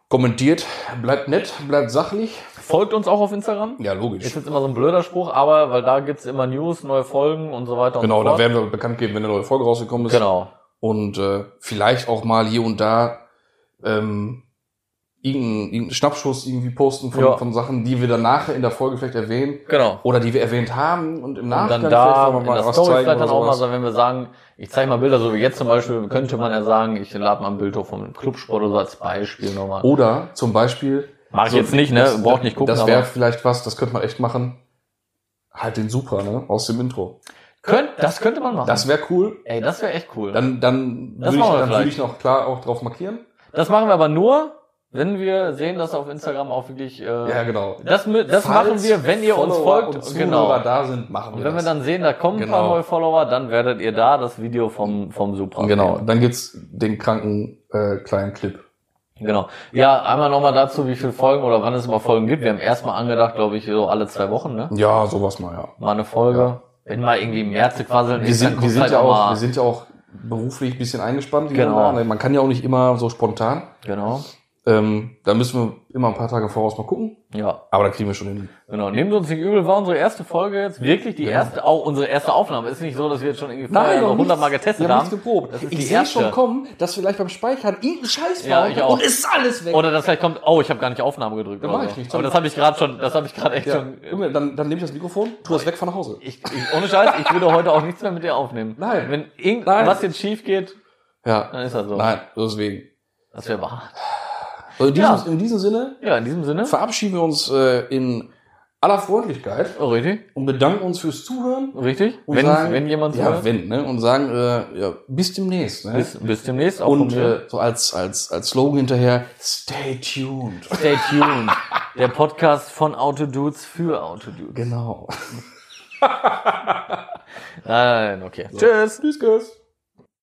Speaker 1: kommentiert, bleibt nett, bleibt sachlich.
Speaker 2: Folgt uns auch auf Instagram.
Speaker 1: Ja,
Speaker 2: Ist
Speaker 1: logisch.
Speaker 2: jetzt immer so ein blöder Spruch, aber weil da gibt's immer News, neue Folgen und so weiter und
Speaker 1: Genau,
Speaker 2: so
Speaker 1: da
Speaker 2: fort.
Speaker 1: werden wir bekannt geben, wenn eine neue Folge rausgekommen ist.
Speaker 2: Genau.
Speaker 1: Und äh, vielleicht auch mal hier und da ähm, irgendeinen irgendeinen Schnappschuss irgendwie posten von,
Speaker 2: Ja.
Speaker 1: von Sachen, die wir dann nachher in der Folge vielleicht erwähnen.
Speaker 2: Genau.
Speaker 1: Oder die wir erwähnt haben und im
Speaker 2: Und
Speaker 1: Nachgang
Speaker 2: dann da,
Speaker 1: vielleicht wollen
Speaker 2: in
Speaker 1: wir mal
Speaker 2: der
Speaker 1: was
Speaker 2: Story
Speaker 1: zeigen
Speaker 2: vielleicht dann
Speaker 1: oder
Speaker 2: auch mal
Speaker 1: sowas.
Speaker 2: so, wenn wir sagen, ich zeige mal Bilder, so wie jetzt zum Beispiel, könnte man ja sagen, ich lade mal ein Bild hoch vom Clubsport oder so als Beispiel nochmal.
Speaker 1: Oder zum Beispiel.
Speaker 2: Mach ich jetzt nicht, ne? Braucht nicht gucken,
Speaker 1: Oh, Das wäre
Speaker 2: aber-
Speaker 1: vielleicht was, das könnte man echt machen. Halt den Super, ne? Aus dem Intro.
Speaker 2: Könnt, das könnte man machen.
Speaker 1: Das wäre cool.
Speaker 2: Ey, das wäre echt cool.
Speaker 1: Dann, dann
Speaker 2: Das
Speaker 1: würde ich,
Speaker 2: machen wir
Speaker 1: dann würd
Speaker 2: vielleicht.
Speaker 1: ich noch klar auch drauf markieren.
Speaker 2: das machen wir aber nur, wenn wir sehen, dass auf Instagram auch wirklich... Äh,
Speaker 1: Ja, genau.
Speaker 2: Das, mü- das
Speaker 1: Falls
Speaker 2: machen wir, wenn ihr uns
Speaker 1: Follower
Speaker 2: folgt.
Speaker 1: Und Zuhörer
Speaker 2: genau.
Speaker 1: da sind, machen
Speaker 2: Und
Speaker 1: wir
Speaker 2: wenn wir
Speaker 1: das.
Speaker 2: dann sehen, da kommen ein paar
Speaker 1: Genau.
Speaker 2: neue Follower, dann werdet ihr da das Video vom, vom Supra.
Speaker 1: genau,
Speaker 2: sehen.
Speaker 1: dann gibt's den kranken äh, kleinen Clip.
Speaker 2: Genau. Ja, einmal nochmal dazu, wie viele Folgen oder wann es mal Folgen gibt. Wir haben erstmal angedacht, glaube ich, so alle zwei Wochen, ne?
Speaker 1: Ja, sowas mal, ja.
Speaker 2: Mal eine Folge.
Speaker 1: Ja.
Speaker 2: Wenn mal irgendwie im März quasseln
Speaker 1: Wir
Speaker 2: ist, dann
Speaker 1: sind, wir
Speaker 2: kommt
Speaker 1: sind
Speaker 2: halt
Speaker 1: ja auch,
Speaker 2: mal-
Speaker 1: wir sind ja auch beruflich ein bisschen eingespannt. wie
Speaker 2: Genau.
Speaker 1: man da- Man kann ja auch nicht immer so spontan.
Speaker 2: Genau.
Speaker 1: Ähm, da müssen wir immer ein paar Tage voraus mal gucken.
Speaker 2: Ja,
Speaker 1: Aber da kriegen wir schon hin.
Speaker 2: genau. Nehmt uns nicht übel, war unsere erste Folge jetzt wirklich die erste, auch unsere erste Aufnahme. Ist nicht so, dass wir jetzt schon irgendwie vorher
Speaker 1: noch
Speaker 2: so
Speaker 1: nichts.
Speaker 2: 100 Mal getestet
Speaker 1: wir haben.
Speaker 2: haben.
Speaker 1: nichts geprobt.
Speaker 2: Das ist die
Speaker 1: Ich sehe schon
Speaker 2: erste.
Speaker 1: kommen, dass vielleicht beim Speichern irgendein Scheiß
Speaker 2: Ja,
Speaker 1: war
Speaker 2: ich auch.
Speaker 1: und es ist alles weg.
Speaker 2: Oder dass vielleicht kommt, oh, ich habe gar nicht Aufnahme gedrückt.
Speaker 1: Ja,
Speaker 2: oder
Speaker 1: mach ich
Speaker 2: so.
Speaker 1: nicht.
Speaker 2: Aber das habe ich gerade schon, das habe ich gerade echt
Speaker 1: ja.
Speaker 2: schon
Speaker 1: Junge, dann, dann nehme ich das Mikrofon, tu das weg von nach Hause.
Speaker 2: Ich, ich, ohne Scheiß, ich würde heute auch nichts mehr mit dir aufnehmen.
Speaker 1: Nein.
Speaker 2: Wenn irgendwas
Speaker 1: Nein.
Speaker 2: was jetzt schief geht,
Speaker 1: Ja.
Speaker 2: dann ist das so.
Speaker 1: Nein, deswegen.
Speaker 2: Das wäre wahr.
Speaker 1: Also in, diesem,
Speaker 2: Ja.
Speaker 1: in diesem Sinne
Speaker 2: Ja, in diesem Sinne.
Speaker 1: verabschieden wir uns äh, in aller Freundlichkeit
Speaker 2: Oh, richtig,
Speaker 1: und bedanken uns fürs Zuhören.
Speaker 2: richtig.
Speaker 1: Und
Speaker 2: Wenn,
Speaker 1: sagen,
Speaker 2: wenn jemand
Speaker 1: ja,
Speaker 2: hört,
Speaker 1: wenn, ne? Und sagen, äh, ja, bis demnächst. Ne?
Speaker 2: bis, bis demnächst. Auch
Speaker 1: und
Speaker 2: von mir.
Speaker 1: äh, so als, als, als Slogan hinterher, stay tuned.
Speaker 2: stay tuned. Der Podcast von Autodudes für Autodudes.
Speaker 1: Genau.
Speaker 2: Nein, okay. Tschüss.
Speaker 1: Tschüss, Tschüss.